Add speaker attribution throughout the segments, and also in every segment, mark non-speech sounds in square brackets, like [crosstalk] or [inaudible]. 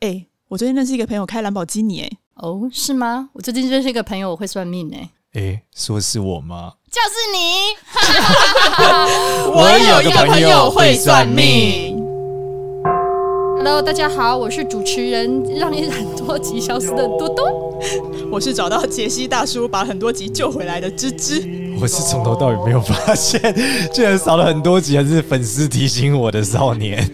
Speaker 1: 哎、我最近认识一个朋友开兰博基尼、哎，
Speaker 2: 哦，是吗？我最近认识一个朋友，我会算命哎、
Speaker 3: 哎，说是我吗？
Speaker 2: 就是你。
Speaker 3: 我有一个朋友会算命。
Speaker 2: Hello，大家好，我是主持人，让你懒惰几小时的多多。
Speaker 1: 我是找到杰西大叔把很多集救回来的芝芝。
Speaker 3: 我是从头到尾没有发现，居然少了很多集，还是粉丝提醒我的少年。
Speaker 2: [laughs]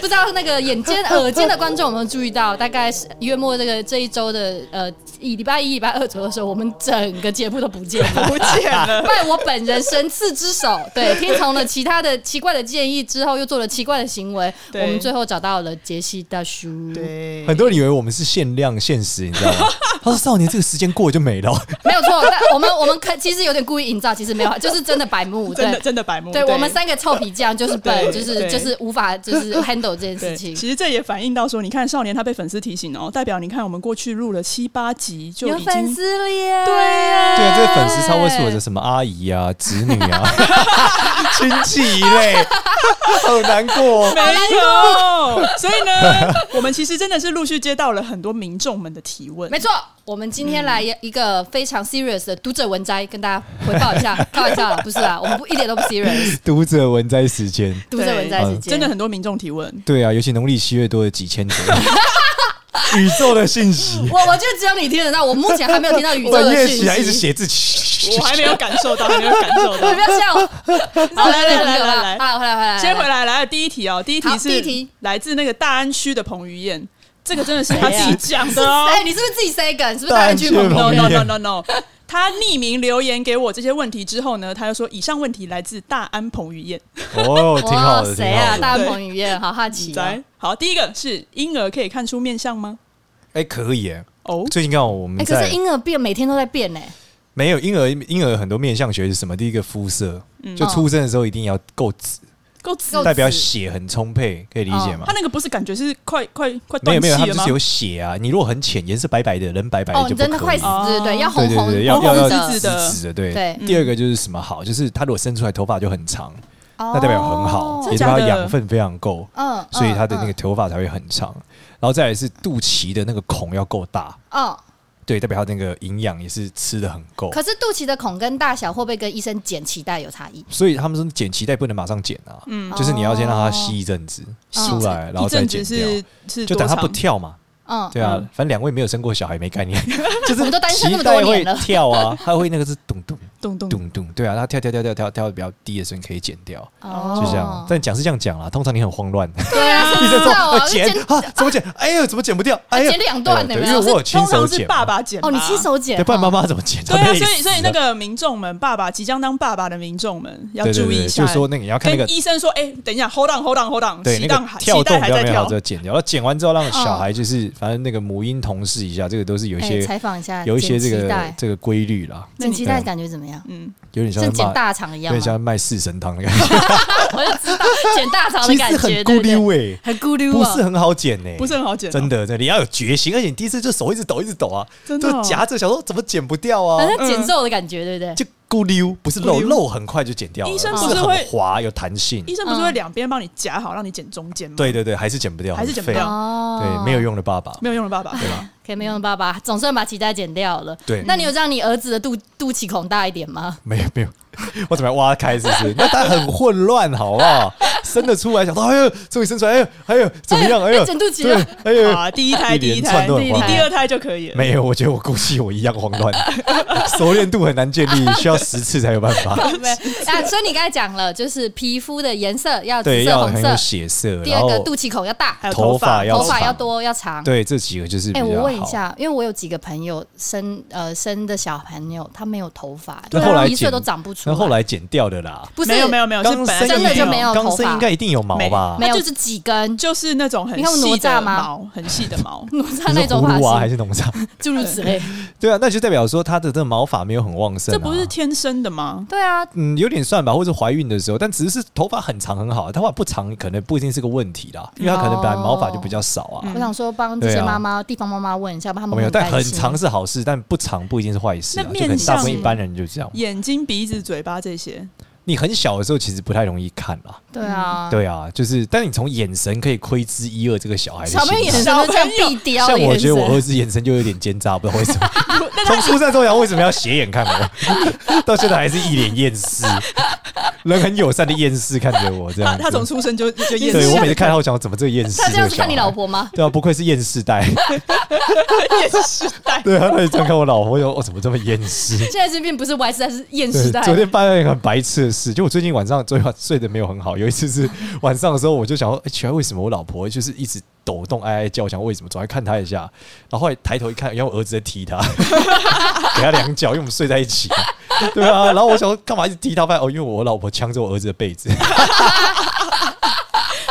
Speaker 2: 不知道那个眼尖、耳尖的观众有没有注意到？大概是月末这个这一周的呃，以礼拜一、礼拜二左右的时候，我们整个节目都不见 [laughs] 了。
Speaker 1: 不见
Speaker 2: [laughs]
Speaker 1: 了，
Speaker 2: 拜我本人神赐之手，对，听从了其他的奇怪的建议之后，又做了奇怪的行为，我
Speaker 1: 对
Speaker 2: 们最后找到了杰西大叔。
Speaker 1: 对
Speaker 3: 很多人以为我们是限量限时，你知
Speaker 2: [laughs]
Speaker 3: 道吗？他说少年这个时间过了就哦没了。
Speaker 2: 没有错，但我们我们可其实有点故意营造，其实没有，就是真的白
Speaker 1: [laughs]
Speaker 2: 目，
Speaker 1: 真的
Speaker 2: 对。
Speaker 1: 真的白目。
Speaker 2: 对我们三个臭皮匠就是笨，
Speaker 1: 哦对
Speaker 2: 就是
Speaker 1: 对
Speaker 2: 就是无法就是
Speaker 1: [laughs]
Speaker 2: handle 这件事
Speaker 1: 对，
Speaker 2: 情。
Speaker 1: 其实这也反映到说，你看少年他被粉丝提醒哦，代表你看我们过去录了七八集就
Speaker 2: 有
Speaker 1: 已
Speaker 2: 粉
Speaker 1: 经
Speaker 2: 丝了耶！
Speaker 1: 对啊
Speaker 3: 对啊，这个粉丝超过是我的什么阿姨啊、侄女啊、
Speaker 2: [laughs]
Speaker 3: 亲戚一类，好难过哦。
Speaker 1: 没有，
Speaker 2: 哦
Speaker 1: 所以呢，我们其实真的是陆续接到了很多民众们的提问
Speaker 2: 没。错，我们今天来一个非常 serious 的读者文摘，跟大家回报一下。开玩笑啦，不是啦，我们不一点都不 serious。
Speaker 3: 读者文摘时间，
Speaker 2: 读者文摘时间
Speaker 1: 嗯真的很多民众提问，
Speaker 3: 对啊，尤其农历七月多了几
Speaker 2: [laughs]
Speaker 3: 千则宇宙的信息，
Speaker 2: 我我就只有你听得到，我目前还没有听到宇宙
Speaker 3: 半
Speaker 2: 的
Speaker 3: 夜
Speaker 2: 讯
Speaker 3: 起来一直
Speaker 2: 息。
Speaker 3: 写字，
Speaker 1: 我还没有感受到，还没有感受到
Speaker 2: 你不。要这样，
Speaker 1: 好，来来来
Speaker 2: 有啦
Speaker 1: 来来，
Speaker 2: 啊，回来回来，
Speaker 1: 先回来来第一题哦，第一
Speaker 2: 好
Speaker 1: 题
Speaker 2: 第一
Speaker 1: 是
Speaker 2: 题
Speaker 1: 来自那个大安区的彭于晏，这个真的是他自己讲的
Speaker 2: [laughs]
Speaker 1: 哦。
Speaker 2: 哎、你是不是自己 say 梗？是不是
Speaker 3: 当
Speaker 2: 大
Speaker 3: 然
Speaker 2: 人去
Speaker 3: 是
Speaker 2: 捧
Speaker 3: 了
Speaker 2: 逗
Speaker 1: no
Speaker 3: 彭
Speaker 2: 你？
Speaker 3: 于
Speaker 1: no
Speaker 3: 晏
Speaker 1: no no no，他匿名留言给我这些问题之后呢，他就说以上问题来自大安彭于晏。
Speaker 3: 哦，挺好的，挺
Speaker 2: 谁啊？
Speaker 3: 好的。
Speaker 2: 大鹏影院，好好奇、啊
Speaker 1: 来。，好，第一个是婴儿可以看出面相吗？
Speaker 3: 哎，可以耶！
Speaker 1: 哦，
Speaker 3: 最近刚好我们
Speaker 2: 哎、可
Speaker 3: 在
Speaker 2: 是婴儿变每天都在变呢、
Speaker 3: 没有婴儿，婴儿很多面相学是什么？第一个肤色，就出生的时候一定要够紫，
Speaker 1: 够紫
Speaker 2: 嗯够。
Speaker 3: 代表
Speaker 2: 紫
Speaker 3: 血很充沛，可以理解吗
Speaker 1: 他？那个不是感觉是快快快
Speaker 3: 没
Speaker 1: 断
Speaker 3: 有没
Speaker 1: 气
Speaker 3: 有，他
Speaker 1: 了
Speaker 3: 们
Speaker 1: 吗
Speaker 3: 是？有血啊！你如果很浅，颜色白白的，人白白
Speaker 2: 哦，
Speaker 3: 的
Speaker 2: 你
Speaker 3: 哎就
Speaker 2: 真
Speaker 3: 不
Speaker 2: 的
Speaker 3: 可
Speaker 2: 快
Speaker 3: 以
Speaker 2: 死。，对对对，要红
Speaker 3: 对对
Speaker 2: 红
Speaker 3: 对，
Speaker 2: 红
Speaker 3: 要
Speaker 1: 红
Speaker 3: 要
Speaker 2: 红
Speaker 3: 要
Speaker 1: 紫紫
Speaker 2: 的
Speaker 1: 的
Speaker 3: 直的，对。
Speaker 2: 对
Speaker 3: 第二个就是什么好，就是他如果生出来头发就很长，那代表很好，
Speaker 2: 哦
Speaker 3: 也就是
Speaker 1: 真的假
Speaker 3: 他
Speaker 1: 的
Speaker 3: 养分非常够，
Speaker 2: 嗯，
Speaker 3: 所以他的
Speaker 2: 嗯
Speaker 3: 那个，头发才会很长。然后再来是肚脐的那个孔要够大，
Speaker 2: 嗯，嗯
Speaker 3: 对，代表他那个营养也是吃的很够。
Speaker 2: 可是肚脐的孔跟大小会不会跟医生剪脐带有差异？
Speaker 3: 所以他们说剪脐带不能马上剪啊，
Speaker 1: 嗯哦
Speaker 3: 就是你要先让它吸一阵子出来，然后
Speaker 1: 一
Speaker 3: 再
Speaker 1: 阵
Speaker 3: 剪
Speaker 1: 子
Speaker 3: 掉，
Speaker 1: 是是
Speaker 3: 就
Speaker 1: 多
Speaker 3: 等它
Speaker 1: 长
Speaker 3: 不？跳嘛。
Speaker 2: 嗯，
Speaker 3: 对啊
Speaker 1: 嗯，
Speaker 3: 反正两位没有生过小孩，没
Speaker 1: [laughs]
Speaker 3: 概念，就是
Speaker 2: 我们都单身那么
Speaker 3: 脐
Speaker 2: 多
Speaker 3: 带
Speaker 2: 年
Speaker 3: [laughs] 会
Speaker 2: 了
Speaker 3: 跳啊，它会那个是咚咚
Speaker 1: 咚咚
Speaker 3: 咚咚，对啊，它跳跳跳跳跳跳的比较低的声音可以剪掉，
Speaker 2: 哦
Speaker 3: 就这样。但讲是这样讲啦，通常你很慌乱， [laughs]
Speaker 2: 对啊，
Speaker 3: 医生说
Speaker 2: 啊
Speaker 3: 啊剪啊怎么剪？哎呦怎么剪不
Speaker 1: 啊
Speaker 3: 掉？哎呦
Speaker 2: 剪两段
Speaker 3: 对
Speaker 2: 有没
Speaker 3: 对
Speaker 2: 有
Speaker 3: 因为我有亲
Speaker 1: 通
Speaker 3: 手
Speaker 1: 常是
Speaker 3: 剪
Speaker 1: 爸
Speaker 3: 嘛，
Speaker 1: 爸剪吧
Speaker 2: 哦，你亲手剪，
Speaker 3: 对，不然妈妈怎么剪？
Speaker 1: 对
Speaker 3: [laughs]
Speaker 1: 啊，
Speaker 3: 累
Speaker 1: 所以
Speaker 3: 死
Speaker 1: 所以那
Speaker 3: 了
Speaker 1: 个民众们，爸爸即将当爸爸的民众们要
Speaker 3: 对对
Speaker 1: 注意
Speaker 3: 对
Speaker 1: 一下，
Speaker 3: 就是说那个你要看那个
Speaker 1: 跟医生说，哎、等一下，hold on，hold on，hold on，
Speaker 3: 对，
Speaker 1: 脐
Speaker 3: 那
Speaker 1: 带
Speaker 3: 个
Speaker 1: 还
Speaker 3: 跳
Speaker 1: 脐带
Speaker 3: 动比
Speaker 1: 还
Speaker 3: 较
Speaker 1: 在
Speaker 3: 没有好
Speaker 1: 跳哦
Speaker 3: 这，剪掉，然后剪完之后让小
Speaker 2: 嗯
Speaker 3: 孩就是反正那个母婴同事一下，这个都是有一
Speaker 2: 哎
Speaker 3: 些
Speaker 2: 采访一下，
Speaker 3: 有一些这
Speaker 2: 剪脐
Speaker 3: 个
Speaker 2: 带
Speaker 3: 这个规律啦，
Speaker 1: 那
Speaker 2: 剪
Speaker 1: 你
Speaker 2: 脐带感觉怎么样？
Speaker 1: 嗯，
Speaker 3: 有点像
Speaker 2: 像
Speaker 3: 在
Speaker 2: 剪
Speaker 3: 卖，
Speaker 2: 大肠一
Speaker 3: 有
Speaker 2: 样吗
Speaker 3: 点？像在卖四神汤的感觉，
Speaker 2: [laughs] 我就知道剪大肠的
Speaker 3: 其
Speaker 2: 感
Speaker 3: 实
Speaker 2: 觉，
Speaker 3: 很孤
Speaker 2: 对不对
Speaker 3: 立味，
Speaker 2: 很孤溜
Speaker 3: 不
Speaker 2: 啊，
Speaker 3: 是很好剪呢、欸
Speaker 1: 不是很好剪哦、
Speaker 3: 真的，这你要有决心，而且你第一次就手一直抖，一直抖啊，
Speaker 1: 真的哦
Speaker 3: 就夹着想说怎么剪不掉啊
Speaker 2: 好，像减肉的感觉，对不对？
Speaker 3: 就咕溜，不是
Speaker 1: 咕
Speaker 3: 肉，
Speaker 1: 溜
Speaker 3: 肉很快就剪掉了，
Speaker 1: 医生
Speaker 3: 就
Speaker 1: 不是
Speaker 3: 很
Speaker 1: 会
Speaker 3: 滑有弹性
Speaker 1: 医，生不是会
Speaker 2: 嗯
Speaker 1: 两边帮你夹好，让你剪中间吗？
Speaker 3: 对，对对，还是剪不掉，
Speaker 1: 还是
Speaker 3: 很
Speaker 1: 剪不
Speaker 3: 废
Speaker 1: 掉
Speaker 2: 哦
Speaker 3: 对，没有用的爸爸，
Speaker 1: 没有用的爸爸，对吧？
Speaker 2: 可以没用的爸爸，总算把脐带剪掉了。
Speaker 3: 对
Speaker 2: 那你有让你儿子的肚肚脐孔大一点
Speaker 3: [laughs]
Speaker 2: 吗？
Speaker 3: 没有没有，我怎么样挖开是不是？ [laughs] 那他很混乱，好不好？生得出来，想到哎呦，终于生出来，哎呦，哎呦，怎么样？哎呦，
Speaker 2: 哎整肚脐
Speaker 3: 对
Speaker 2: 了，
Speaker 3: 哎呦，
Speaker 1: 啊，第一胎，
Speaker 3: 一
Speaker 1: 第一
Speaker 3: 连
Speaker 1: 胎，
Speaker 3: 串都
Speaker 1: 你
Speaker 3: 很
Speaker 2: 第一胎
Speaker 3: 慌
Speaker 1: 第。二胎就可以了。
Speaker 3: [laughs] 没有，我觉得我估计我一样慌乱， [laughs] 熟练度很难建
Speaker 2: [laughs]
Speaker 3: 立，需要十次才有办法。
Speaker 2: 没有啊，所以你刚才讲了，就是皮肤的颜色要紫
Speaker 3: 对，
Speaker 2: 色、
Speaker 3: 要
Speaker 2: 红
Speaker 3: 很
Speaker 2: 色
Speaker 3: 有，血色，
Speaker 2: 第二
Speaker 3: 然
Speaker 2: 个
Speaker 3: 后
Speaker 2: 肚脐孔要大，
Speaker 1: 还有
Speaker 3: 头
Speaker 1: 发
Speaker 3: 发要
Speaker 2: 头发
Speaker 3: 长
Speaker 2: 要多要长。
Speaker 3: 对这几个就是比
Speaker 2: 哎，
Speaker 3: 较
Speaker 2: 我问一
Speaker 3: 好。
Speaker 2: 下，因为我有几个朋友生呃生的小朋友，他没有头发，
Speaker 3: 那后来
Speaker 2: 啊一岁
Speaker 3: 剪
Speaker 2: 都长不出
Speaker 3: 那
Speaker 2: 来。
Speaker 3: 后来剪掉的啦，
Speaker 2: 不是
Speaker 1: 没有没有没有，是
Speaker 3: 刚
Speaker 1: 本来
Speaker 3: 生
Speaker 2: 真的
Speaker 3: 一
Speaker 1: 就
Speaker 3: 定
Speaker 2: 没有头
Speaker 3: 刚生
Speaker 2: 发
Speaker 3: 应该一定有毛
Speaker 1: 没
Speaker 3: 吧？
Speaker 2: 没有，
Speaker 1: 它
Speaker 2: 就
Speaker 1: 就是
Speaker 2: 几根，
Speaker 1: 就是那种很
Speaker 2: 你看我哪
Speaker 1: 细
Speaker 2: 吒
Speaker 1: 的
Speaker 2: 吗，
Speaker 1: 毛，很细的
Speaker 3: [laughs]
Speaker 1: 毛
Speaker 2: 哪吒
Speaker 3: 你
Speaker 2: [laughs] 那
Speaker 3: 是
Speaker 2: 种
Speaker 3: 葫
Speaker 2: 发
Speaker 3: 芦娃啊还
Speaker 2: 型，
Speaker 3: 是农场？
Speaker 2: 诸如此类。
Speaker 3: [laughs] 对啊，那就代表说他的这个毛发没有很旺盛
Speaker 1: 这
Speaker 3: 啊。
Speaker 1: 不是天生的吗？
Speaker 2: 对啊，
Speaker 3: 嗯，有点算吧，或者怀孕的时候，但只是头发很长很好，头发不长可能不一定是个问题
Speaker 2: 哦
Speaker 3: 啦，因为它可能本来毛发就比较少啊，
Speaker 2: 我想说帮这些
Speaker 3: 对啊哦
Speaker 2: 妈妈、地方妈妈问一下，帮他们
Speaker 3: 没有，
Speaker 2: 会嗯
Speaker 3: 但
Speaker 2: 担
Speaker 3: 很
Speaker 2: 心
Speaker 3: 长是好事，但不长不一定是坏事啊，
Speaker 1: 那
Speaker 3: 就
Speaker 1: 面
Speaker 3: 可能大部分
Speaker 1: 相
Speaker 3: 一般人就这样。
Speaker 1: 眼睛、鼻子、嘴巴这些，
Speaker 3: 你很小的时候其实不太容易看啦。
Speaker 2: 对啊，
Speaker 3: 对啊，就是，但你从眼神可以窥知一二这个小孩的
Speaker 2: 小朋友
Speaker 3: 心
Speaker 2: 眼
Speaker 3: 态
Speaker 2: 神都这样必雕的
Speaker 3: 像我
Speaker 2: 眼
Speaker 3: 觉
Speaker 2: 神
Speaker 3: 得。我儿子眼神就有点奸诈，不知道
Speaker 2: [laughs]
Speaker 3: 为什么。从出生之后，为什么要斜眼看我？ [laughs] 到现在还是一脸厌世，人很友善的厌世看着我这样
Speaker 1: 他
Speaker 2: [laughs]
Speaker 3: 子。
Speaker 1: 他从出生就就厌
Speaker 3: 啊对
Speaker 1: 世啊
Speaker 3: 我每次看到我想，怎么这个厌世？
Speaker 2: 他这样子看你老？婆 [laughs] 吗？
Speaker 3: 对啊，不愧是厌世代。
Speaker 1: [laughs] 厌世代，
Speaker 3: [laughs] 对啊，他也这样看我老婆，我想我怎么这么厌世？
Speaker 2: 现在这边不是 Y 时代，是厌
Speaker 3: 对
Speaker 2: 世代。，
Speaker 3: 昨天办了一个很白痴的事，就我最近晚上昨天晚睡得没有很好，有一次是 [laughs] 晚上的时候，我就想说，哎、奇怪，为什么我老婆就是一直抖动哀哀叫，我想为什么？总来看她一下，然后后来抬头一看，因为我儿子在踢她， [laughs] 给她两脚，因为我们睡在一起嘛，对啊，然后我想说干嘛一直踢她？发现哦，因为我老婆抢走我儿子的被
Speaker 2: [laughs]
Speaker 3: 子，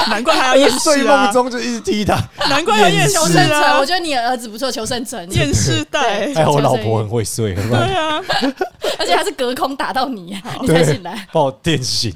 Speaker 1: 难怪他要厌
Speaker 3: [laughs] 睡
Speaker 1: 世
Speaker 3: 梦
Speaker 1: 啊，
Speaker 3: 中就一直
Speaker 2: [laughs]
Speaker 3: 踢她。
Speaker 1: 难怪要厌世
Speaker 2: 求
Speaker 3: 是
Speaker 2: 生存，
Speaker 1: 啊
Speaker 2: 我，觉得你儿子不错，求生存，
Speaker 1: 厌世代，
Speaker 3: 哎，我老婆很会睡，很
Speaker 1: 对啊，
Speaker 2: 而且他是隔空打到你，你才醒来。
Speaker 3: 把我电醒。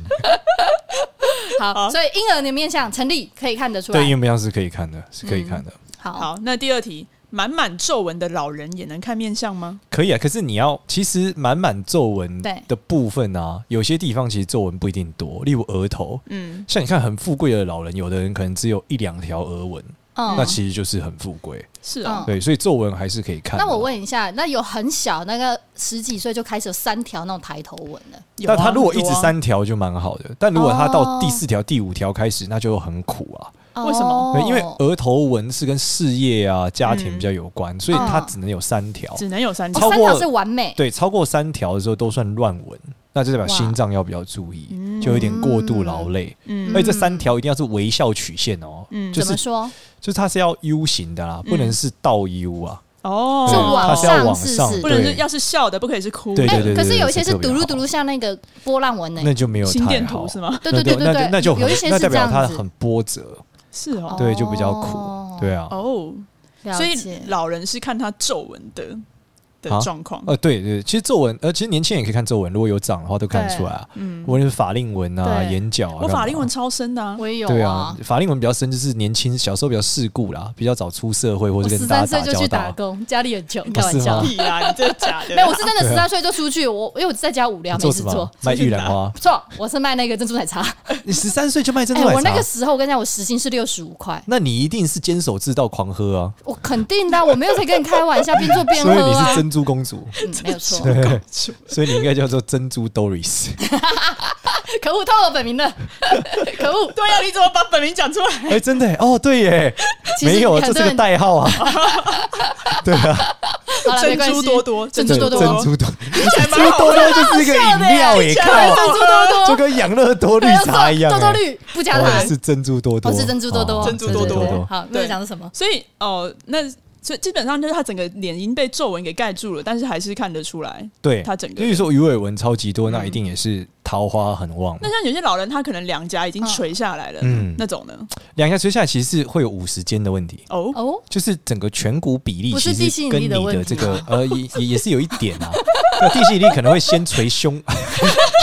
Speaker 2: 好，
Speaker 1: 好
Speaker 2: 所以婴儿的面相成立可以看得出来
Speaker 3: 对，。因为像是可以看的，是可以看的。
Speaker 2: 好，
Speaker 1: 好，那第二题，满满皱纹的老人也能看面相吗？
Speaker 3: 可以啊，可是你要其实满满皱纹
Speaker 2: 对
Speaker 3: 的部分啊，有些地方其实皱纹不一定多，例如额头。
Speaker 1: 嗯，
Speaker 3: 像你看很富贵的老人，有的人可能只有一两条额纹，
Speaker 2: 嗯
Speaker 3: 那其实就是很富贵。
Speaker 1: 是啊，
Speaker 2: 嗯
Speaker 3: 对，所以皱纹还是可以看的。
Speaker 2: 那我问一下，那有很小那个十几岁就开始有三条那种抬头纹了，
Speaker 1: 有啊
Speaker 3: 但他如果一
Speaker 1: 有
Speaker 3: 直
Speaker 1: 啊
Speaker 3: 三条就蛮好的，但如果他
Speaker 2: 哦
Speaker 3: 到第四条、第五条开始，那就很苦啊。
Speaker 1: 为什
Speaker 2: 哦
Speaker 1: 么
Speaker 3: 对因为额头纹是跟事业啊、家庭比较有关，所以他
Speaker 2: 嗯
Speaker 3: 只能有三条。
Speaker 1: 只能有三
Speaker 2: 哦
Speaker 1: 条
Speaker 3: 呃超，
Speaker 2: 三
Speaker 3: 过
Speaker 2: 条是完美，
Speaker 3: 对，超过三条的时候都算乱纹，那就代表
Speaker 2: 哇嗯
Speaker 3: 心脏要比较注意，就有点过度劳累。
Speaker 1: 嗯
Speaker 3: 而且这三条一定要是微笑曲线哦，
Speaker 1: 嗯
Speaker 3: 就
Speaker 2: 怎么
Speaker 3: 是
Speaker 2: 说？
Speaker 3: 就是它是要 U 型的啦，不能是倒 U 啊，
Speaker 1: 哦，
Speaker 2: 嗯是
Speaker 3: 对，
Speaker 2: 往
Speaker 3: 它是要往
Speaker 2: 上
Speaker 3: 上，
Speaker 2: 是
Speaker 1: 不能
Speaker 3: 对
Speaker 1: 是要是笑的，不可以是哭
Speaker 3: 对
Speaker 1: 的，
Speaker 2: 哎，
Speaker 3: 对对对
Speaker 2: 可是有一些是
Speaker 3: 这特
Speaker 2: 嘟
Speaker 3: 别
Speaker 2: 噜
Speaker 3: 好
Speaker 2: 嘟噜，像那个波浪纹呢。
Speaker 3: 那就没有
Speaker 1: 心
Speaker 3: 太
Speaker 1: 电
Speaker 3: 好
Speaker 1: 图是？吗？
Speaker 2: 对对对对
Speaker 3: 那就
Speaker 2: 对，
Speaker 3: 那就
Speaker 2: 有一
Speaker 3: 很
Speaker 2: 些
Speaker 3: 那
Speaker 2: 是
Speaker 3: 代
Speaker 2: 这
Speaker 3: 表
Speaker 2: 样
Speaker 3: 它
Speaker 2: 子
Speaker 3: 很波折，
Speaker 1: 是哦，
Speaker 3: 对，就比较苦
Speaker 2: 哦，
Speaker 3: 对啊，
Speaker 1: 哦，
Speaker 2: 了
Speaker 1: 所以
Speaker 2: 解
Speaker 1: 老人是看他皱纹的的
Speaker 3: 啊
Speaker 1: 状况，
Speaker 3: 呃，对对，其实皱纹，呃，其实年轻人也可以看皱纹，如果有长的话都看得出来啊，
Speaker 1: 嗯
Speaker 3: 无，论是法令纹啊、
Speaker 2: 对
Speaker 3: 眼角啊，
Speaker 1: 我
Speaker 3: 干嘛
Speaker 1: 法令纹。超深的啊，
Speaker 2: 我也有
Speaker 3: 对
Speaker 2: 啊
Speaker 3: 啊，，法令纹比较深，就是年轻小时候比较世故啦，比较早出社会或
Speaker 2: 我
Speaker 3: 者
Speaker 2: 十
Speaker 3: 跟大
Speaker 2: 三岁
Speaker 3: 家打
Speaker 2: 就
Speaker 3: 交
Speaker 2: 去打
Speaker 3: 道。
Speaker 2: 工，家里很穷，
Speaker 3: 不
Speaker 2: 开
Speaker 3: 是
Speaker 2: 玩笑
Speaker 3: 吗。
Speaker 1: 屁啦，你这是假的，
Speaker 2: 没有，我是真的
Speaker 3: 对啊
Speaker 2: 十三岁就出去，我因为我在家无聊
Speaker 3: 你
Speaker 2: 没
Speaker 3: 做
Speaker 2: 事
Speaker 3: 什
Speaker 2: 做
Speaker 3: 么？，啊卖
Speaker 1: 出去
Speaker 3: 玉兰
Speaker 1: 打
Speaker 3: 花？
Speaker 2: 错，我是卖那个珍珠奶茶。
Speaker 3: 你十三岁就卖 [laughs] 珍
Speaker 2: 哎，
Speaker 3: 珠奶茶？
Speaker 2: 我那个时候我跟你讲，我时薪是六十五块，
Speaker 3: 那你一定是坚守自盗狂喝啊，
Speaker 2: 我肯定的啊，我没有在跟你开玩笑，
Speaker 3: [laughs]
Speaker 2: 边做边
Speaker 3: 所以
Speaker 2: 喝
Speaker 3: 你是
Speaker 2: 啊，
Speaker 3: 珍珠
Speaker 2: [laughs]
Speaker 3: 公主，
Speaker 2: 嗯没有错。
Speaker 3: 对，所以你应该叫做珍珠
Speaker 2: [laughs]
Speaker 3: Doris。
Speaker 2: 可恶，透露本名了， [laughs] 可恶！
Speaker 1: 对啊呀、你怎么把本名讲出来？
Speaker 3: 哎、真的耶哦，对耶，
Speaker 2: 其实
Speaker 3: 没有，
Speaker 2: 很多
Speaker 3: 这是个
Speaker 2: 人
Speaker 3: 代号
Speaker 2: 哦
Speaker 3: 啊，
Speaker 2: 好了，没
Speaker 1: 珍
Speaker 2: 关系
Speaker 1: 珠多多，
Speaker 2: 珍
Speaker 3: 对
Speaker 2: 珠多多，
Speaker 3: 珍
Speaker 2: 珍
Speaker 3: 珠多，
Speaker 1: 还
Speaker 3: 珍
Speaker 1: 蛮
Speaker 3: 珠
Speaker 1: 好
Speaker 3: 多多就是一个饮料耶，靠，
Speaker 2: 珠多多，
Speaker 3: 就跟养乐多绿茶一样耶，
Speaker 2: 豆豆绿不加
Speaker 3: 哦
Speaker 2: 糖，
Speaker 3: 是珍珠多多，
Speaker 2: 哦是珍珠多多
Speaker 3: 哦
Speaker 1: 珍珠多多
Speaker 2: 对对对好，那你讲的是什么？
Speaker 1: 所以哦，那所以基本上就是他整个脸已经被皱纹给盖住了，但是还是看得出来。
Speaker 3: 对，
Speaker 1: 它整个
Speaker 3: 所以说鱼尾纹超级多，那一
Speaker 2: 嗯
Speaker 3: 定也是桃花很旺嘛。
Speaker 1: 那像有些老人，他可能两颊已经垂下来了，
Speaker 3: 嗯
Speaker 1: 那种呢？
Speaker 3: 两颊垂下来其实是会有五十肩的问题。
Speaker 1: 哦，
Speaker 2: 哦，
Speaker 3: 就是整个颧骨比例
Speaker 2: 不是
Speaker 3: 其
Speaker 2: 地
Speaker 3: 实
Speaker 2: 心引
Speaker 3: 跟
Speaker 2: 力
Speaker 3: 你
Speaker 2: 的问
Speaker 3: 的
Speaker 2: 题
Speaker 3: 这个呃也也也是有一点啊， [laughs] 那地心引力可能会先垂胸 [laughs]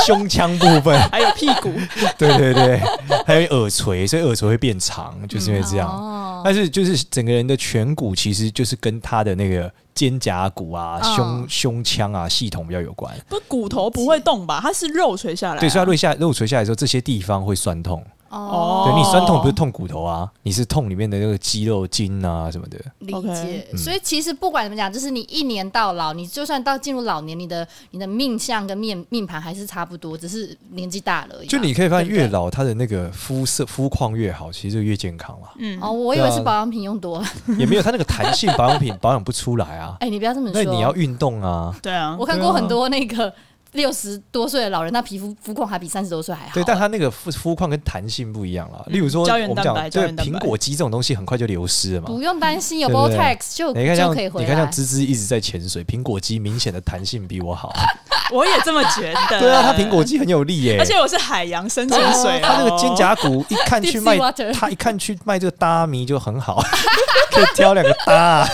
Speaker 3: 胸腔部分， [laughs]
Speaker 1: 还有屁股， [laughs]
Speaker 3: 对对对，还有耳垂，所以耳垂会变长，就是因为这样。哎
Speaker 2: 哦，
Speaker 3: 但是就是整个人的颧骨其实就是跟他的那个肩胛骨啊、
Speaker 2: 嗯
Speaker 3: 胸胸腔啊系统比较有关。
Speaker 1: 不骨头不会动吧？它是肉垂下来、啊，
Speaker 3: 对，所以它落下肉垂下来的时候，这些地方会酸痛。
Speaker 2: 哦，
Speaker 3: 对你酸痛不是痛骨头啊，你是痛里面的那个肌肉筋啊什么的。
Speaker 2: 理
Speaker 1: OK，嗯
Speaker 2: 解。所以其实不管怎么讲，就是你一年到老，你就算到进入老年，你的你的命相跟面命盘还是差不多，只是年纪大了而已嘛。啊
Speaker 3: 就你可以发现，
Speaker 2: 对不对
Speaker 3: 越老他的那个肤色肤况越好，其实就越健康了。
Speaker 1: 嗯，
Speaker 2: 哦，我以为
Speaker 3: 对啊
Speaker 2: 是保养品用多 [laughs] 了。
Speaker 3: 也没有它那个弹性保养品保养不出来
Speaker 1: [laughs]
Speaker 3: 啊。
Speaker 2: 哎，你不要这么
Speaker 3: 那
Speaker 2: 说。
Speaker 3: 你要运动啊，
Speaker 1: 对啊，
Speaker 2: 我看过很多那个 [laughs] 六十多岁的老人，那皮肤肤况还比三十多岁还好。
Speaker 3: 对，但它那个肤肤况跟弹性不一样啦。例如说，
Speaker 1: 啊嗯胶原
Speaker 3: 我们
Speaker 1: 蛋白
Speaker 3: 讲
Speaker 1: 胶
Speaker 3: 对
Speaker 1: 原蛋
Speaker 3: 苹
Speaker 1: 白
Speaker 3: 果肌这种东西很快就流失了嘛。
Speaker 2: 不用担心，有
Speaker 3: 对不对
Speaker 2: Botox 就
Speaker 3: 你看
Speaker 2: 就
Speaker 3: 像
Speaker 2: 可以回
Speaker 3: 你看像
Speaker 2: 来。
Speaker 3: 芝芝一直在潜水，苹果肌明显的弹性比我
Speaker 1: [laughs]
Speaker 3: 好。
Speaker 1: 我也这么觉得。
Speaker 3: 对啊，它苹果，肌很有力耶、
Speaker 1: [laughs] 而且我是海洋深潜水、哦，
Speaker 3: 它那个肩胛骨一
Speaker 1: [laughs]
Speaker 3: 看去
Speaker 2: Deep
Speaker 3: 卖
Speaker 2: sea，water
Speaker 3: 它一看去卖这个搭迷就很好， [laughs] 可以挑两个搭，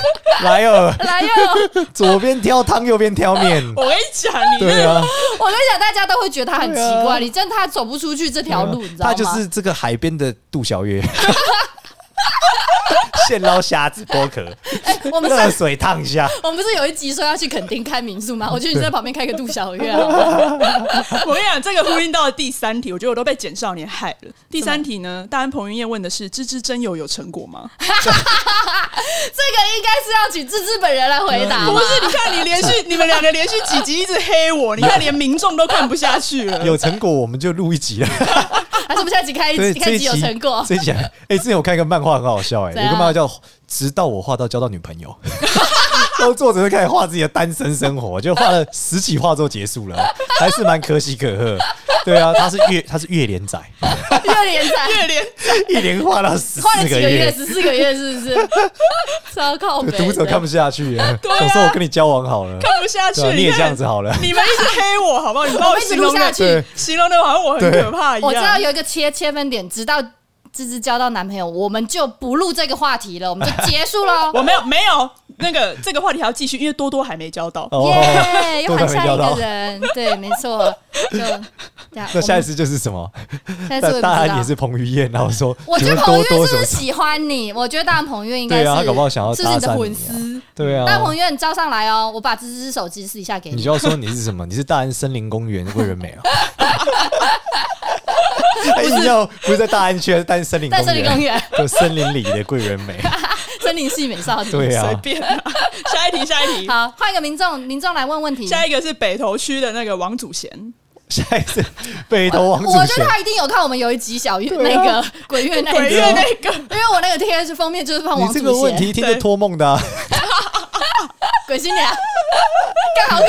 Speaker 3: 来哦，
Speaker 2: 来哟！
Speaker 3: 左边挑汤，右边挑
Speaker 2: [laughs]
Speaker 3: 面。
Speaker 1: 我跟你讲，你
Speaker 3: 对啊，
Speaker 2: 我跟你讲，大家都会觉得他很奇
Speaker 3: 对啊
Speaker 2: 怪，你真的他走不出去这条路，你知道
Speaker 3: 他
Speaker 2: 吗？
Speaker 3: 就是这
Speaker 2: [laughs]
Speaker 3: 个海边的杜小月，现捞虾子剥壳，
Speaker 2: 我们
Speaker 3: 热
Speaker 2: 是，
Speaker 3: 水烫一下，
Speaker 2: 我们不是有一集说要去垦丁开民宿吗？我觉得你在旁边开个杜小月好了
Speaker 1: 我跟你讲，这个呼应到了第三题，我觉得我都被简少年害了。第三题呢，大安彭于晏问的是“芝芝真友有成果
Speaker 2: [laughs]
Speaker 1: 吗
Speaker 2: 这个应该是要请芝芝本人来回”？答
Speaker 1: 不
Speaker 2: 吧。
Speaker 1: 是，你看你连续你们两个连续几集一直黑我，你看连民众都看不下去了。
Speaker 3: 有成果我们就录一
Speaker 2: [laughs]
Speaker 3: 集啊。
Speaker 2: 还是我们下集开一
Speaker 3: 对，
Speaker 2: 集，
Speaker 3: 这
Speaker 2: 开
Speaker 3: 一
Speaker 2: 集有
Speaker 3: 集
Speaker 2: 成果。
Speaker 3: 这一集还，哎、之前我看一个漫画很好笑、哎，
Speaker 2: 怎
Speaker 3: 有
Speaker 2: 样
Speaker 3: 个漫画叫《直到我画到交到女
Speaker 2: [laughs]
Speaker 3: 朋友》，然后作者就开始画自己的单身生活，就画了十几画之后结束了，还是蛮可喜可贺。对啊，他是月，他是月
Speaker 2: [laughs]
Speaker 3: 连载，
Speaker 2: 月连
Speaker 3: [laughs]
Speaker 2: 载
Speaker 1: 月连
Speaker 3: 一连画到十
Speaker 2: 换了
Speaker 3: 四
Speaker 2: 几个
Speaker 3: 个
Speaker 2: 月，
Speaker 3: 月，
Speaker 2: 十四个月是不是？
Speaker 3: [laughs]
Speaker 2: 超靠北的。
Speaker 3: 读者看不下去了，
Speaker 1: 啊
Speaker 3: [laughs] 想说我跟你交往好了，
Speaker 1: 看不下去
Speaker 3: 对、啊，，你也
Speaker 1: 看
Speaker 3: 这样子好了。
Speaker 1: 你们一直黑我好不好？你把
Speaker 2: 我
Speaker 1: 我
Speaker 2: 们一直
Speaker 1: 形
Speaker 2: 录
Speaker 1: 容
Speaker 2: 下
Speaker 1: 的
Speaker 3: 对
Speaker 2: 去。
Speaker 1: 形容的好像我很
Speaker 3: 对
Speaker 1: 可怕一样。
Speaker 2: 我知道有一个切切分点，直到芝芝交到男朋友，我们就不录这个话题了，我们就结束
Speaker 3: [laughs]
Speaker 2: 喽。
Speaker 1: 我没有没有那个这个话题还要继续，因为多多还没交到。
Speaker 3: 哦
Speaker 2: 耶，又
Speaker 3: 多
Speaker 2: 喊
Speaker 3: 半没
Speaker 2: 下
Speaker 3: 交
Speaker 2: 一
Speaker 3: 到
Speaker 2: 个人，对，没错，就这样。
Speaker 3: [laughs] 那下一
Speaker 2: 一
Speaker 3: 次就是什么？
Speaker 2: [laughs] 下一次我也
Speaker 3: 大
Speaker 2: 不
Speaker 3: 大
Speaker 2: 知
Speaker 3: 安
Speaker 2: 道
Speaker 3: 也。是彭于晏，然后说，
Speaker 2: 我觉得
Speaker 3: 请问
Speaker 2: 彭于晏
Speaker 3: 多多
Speaker 2: 是
Speaker 3: 什
Speaker 2: 不
Speaker 3: 么
Speaker 2: 是
Speaker 3: 事？
Speaker 2: 喜欢你？我觉得大彭于晏应该
Speaker 3: 对啊他
Speaker 2: 是，
Speaker 3: 搞不好想要
Speaker 2: 是不是你的
Speaker 3: 搭讪你
Speaker 2: 粉
Speaker 3: 啊
Speaker 2: 丝？
Speaker 3: 对啊，
Speaker 2: 大彭于晏，你招上来哦！我把芝芝手机私底下给
Speaker 3: 你
Speaker 2: 你。
Speaker 3: 就要说你是什么？你是大安森林公园桂纶镁
Speaker 2: [laughs]
Speaker 3: 啊？哎，你要不是在大安区，还是大安森林
Speaker 2: 在森林公园，
Speaker 3: 就森林里的桂纶
Speaker 2: [laughs]
Speaker 3: 镁。
Speaker 2: 森林系美少女。
Speaker 3: 对
Speaker 1: 随
Speaker 3: 啊，
Speaker 1: 便、啊，下一题，下一题，
Speaker 2: 好，换一个民众，民众来问问题。
Speaker 1: 下一个是北投区的那个王祖贤，
Speaker 3: 下一次北投王祖
Speaker 2: 我觉
Speaker 3: 贤
Speaker 2: 得，他一定有看我们有一集小月
Speaker 3: 对
Speaker 2: 那
Speaker 3: 啊
Speaker 2: 个鬼月那一
Speaker 1: 鬼
Speaker 2: 集，哦
Speaker 1: 月那个，
Speaker 2: 因为我那个贴是封面就是放
Speaker 3: 你
Speaker 2: 王
Speaker 3: 这个
Speaker 2: 祖
Speaker 3: 问
Speaker 2: 贤
Speaker 3: 题听着托梦的啊，
Speaker 2: 鬼新娘， [laughs] 干好可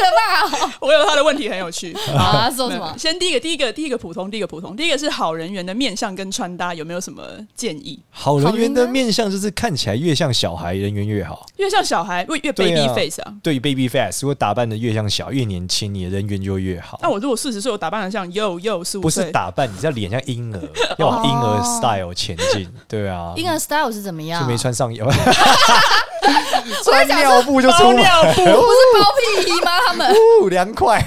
Speaker 2: 怕哦！
Speaker 1: 我有他的问题很有趣。
Speaker 2: 好，他说什
Speaker 1: 没
Speaker 2: 么
Speaker 1: 有？先第一个，第一个，第一个普通，第一个普通，第一个是好人缘的面相跟穿搭有没有什么建议？
Speaker 3: 好人缘
Speaker 2: 好人
Speaker 3: 的
Speaker 2: 呢
Speaker 3: 面相就是看起来越像小孩，人缘越好。
Speaker 1: 因为像小孩，越越
Speaker 3: 对
Speaker 1: baby
Speaker 3: 啊
Speaker 1: face 啊。
Speaker 3: 对于 baby face，如果打扮的越像小，越年轻，你的人缘就越好
Speaker 1: 那。我如果四十岁，我打扮的像幼幼四
Speaker 3: 不
Speaker 1: 五
Speaker 3: 是
Speaker 1: 岁，
Speaker 3: 打扮，你是要脸像婴儿，要往婴儿 style 前进。对啊，
Speaker 2: 婴儿 style 是怎么样？
Speaker 3: 就没穿上衣，哦
Speaker 2: 我在
Speaker 3: 穿
Speaker 2: 想
Speaker 3: 尿
Speaker 2: 说，
Speaker 3: 布就出
Speaker 1: 包
Speaker 3: 门。
Speaker 1: 尿布，
Speaker 2: 不
Speaker 3: 哦
Speaker 2: 是包屁姨吗？他们
Speaker 3: 不凉快，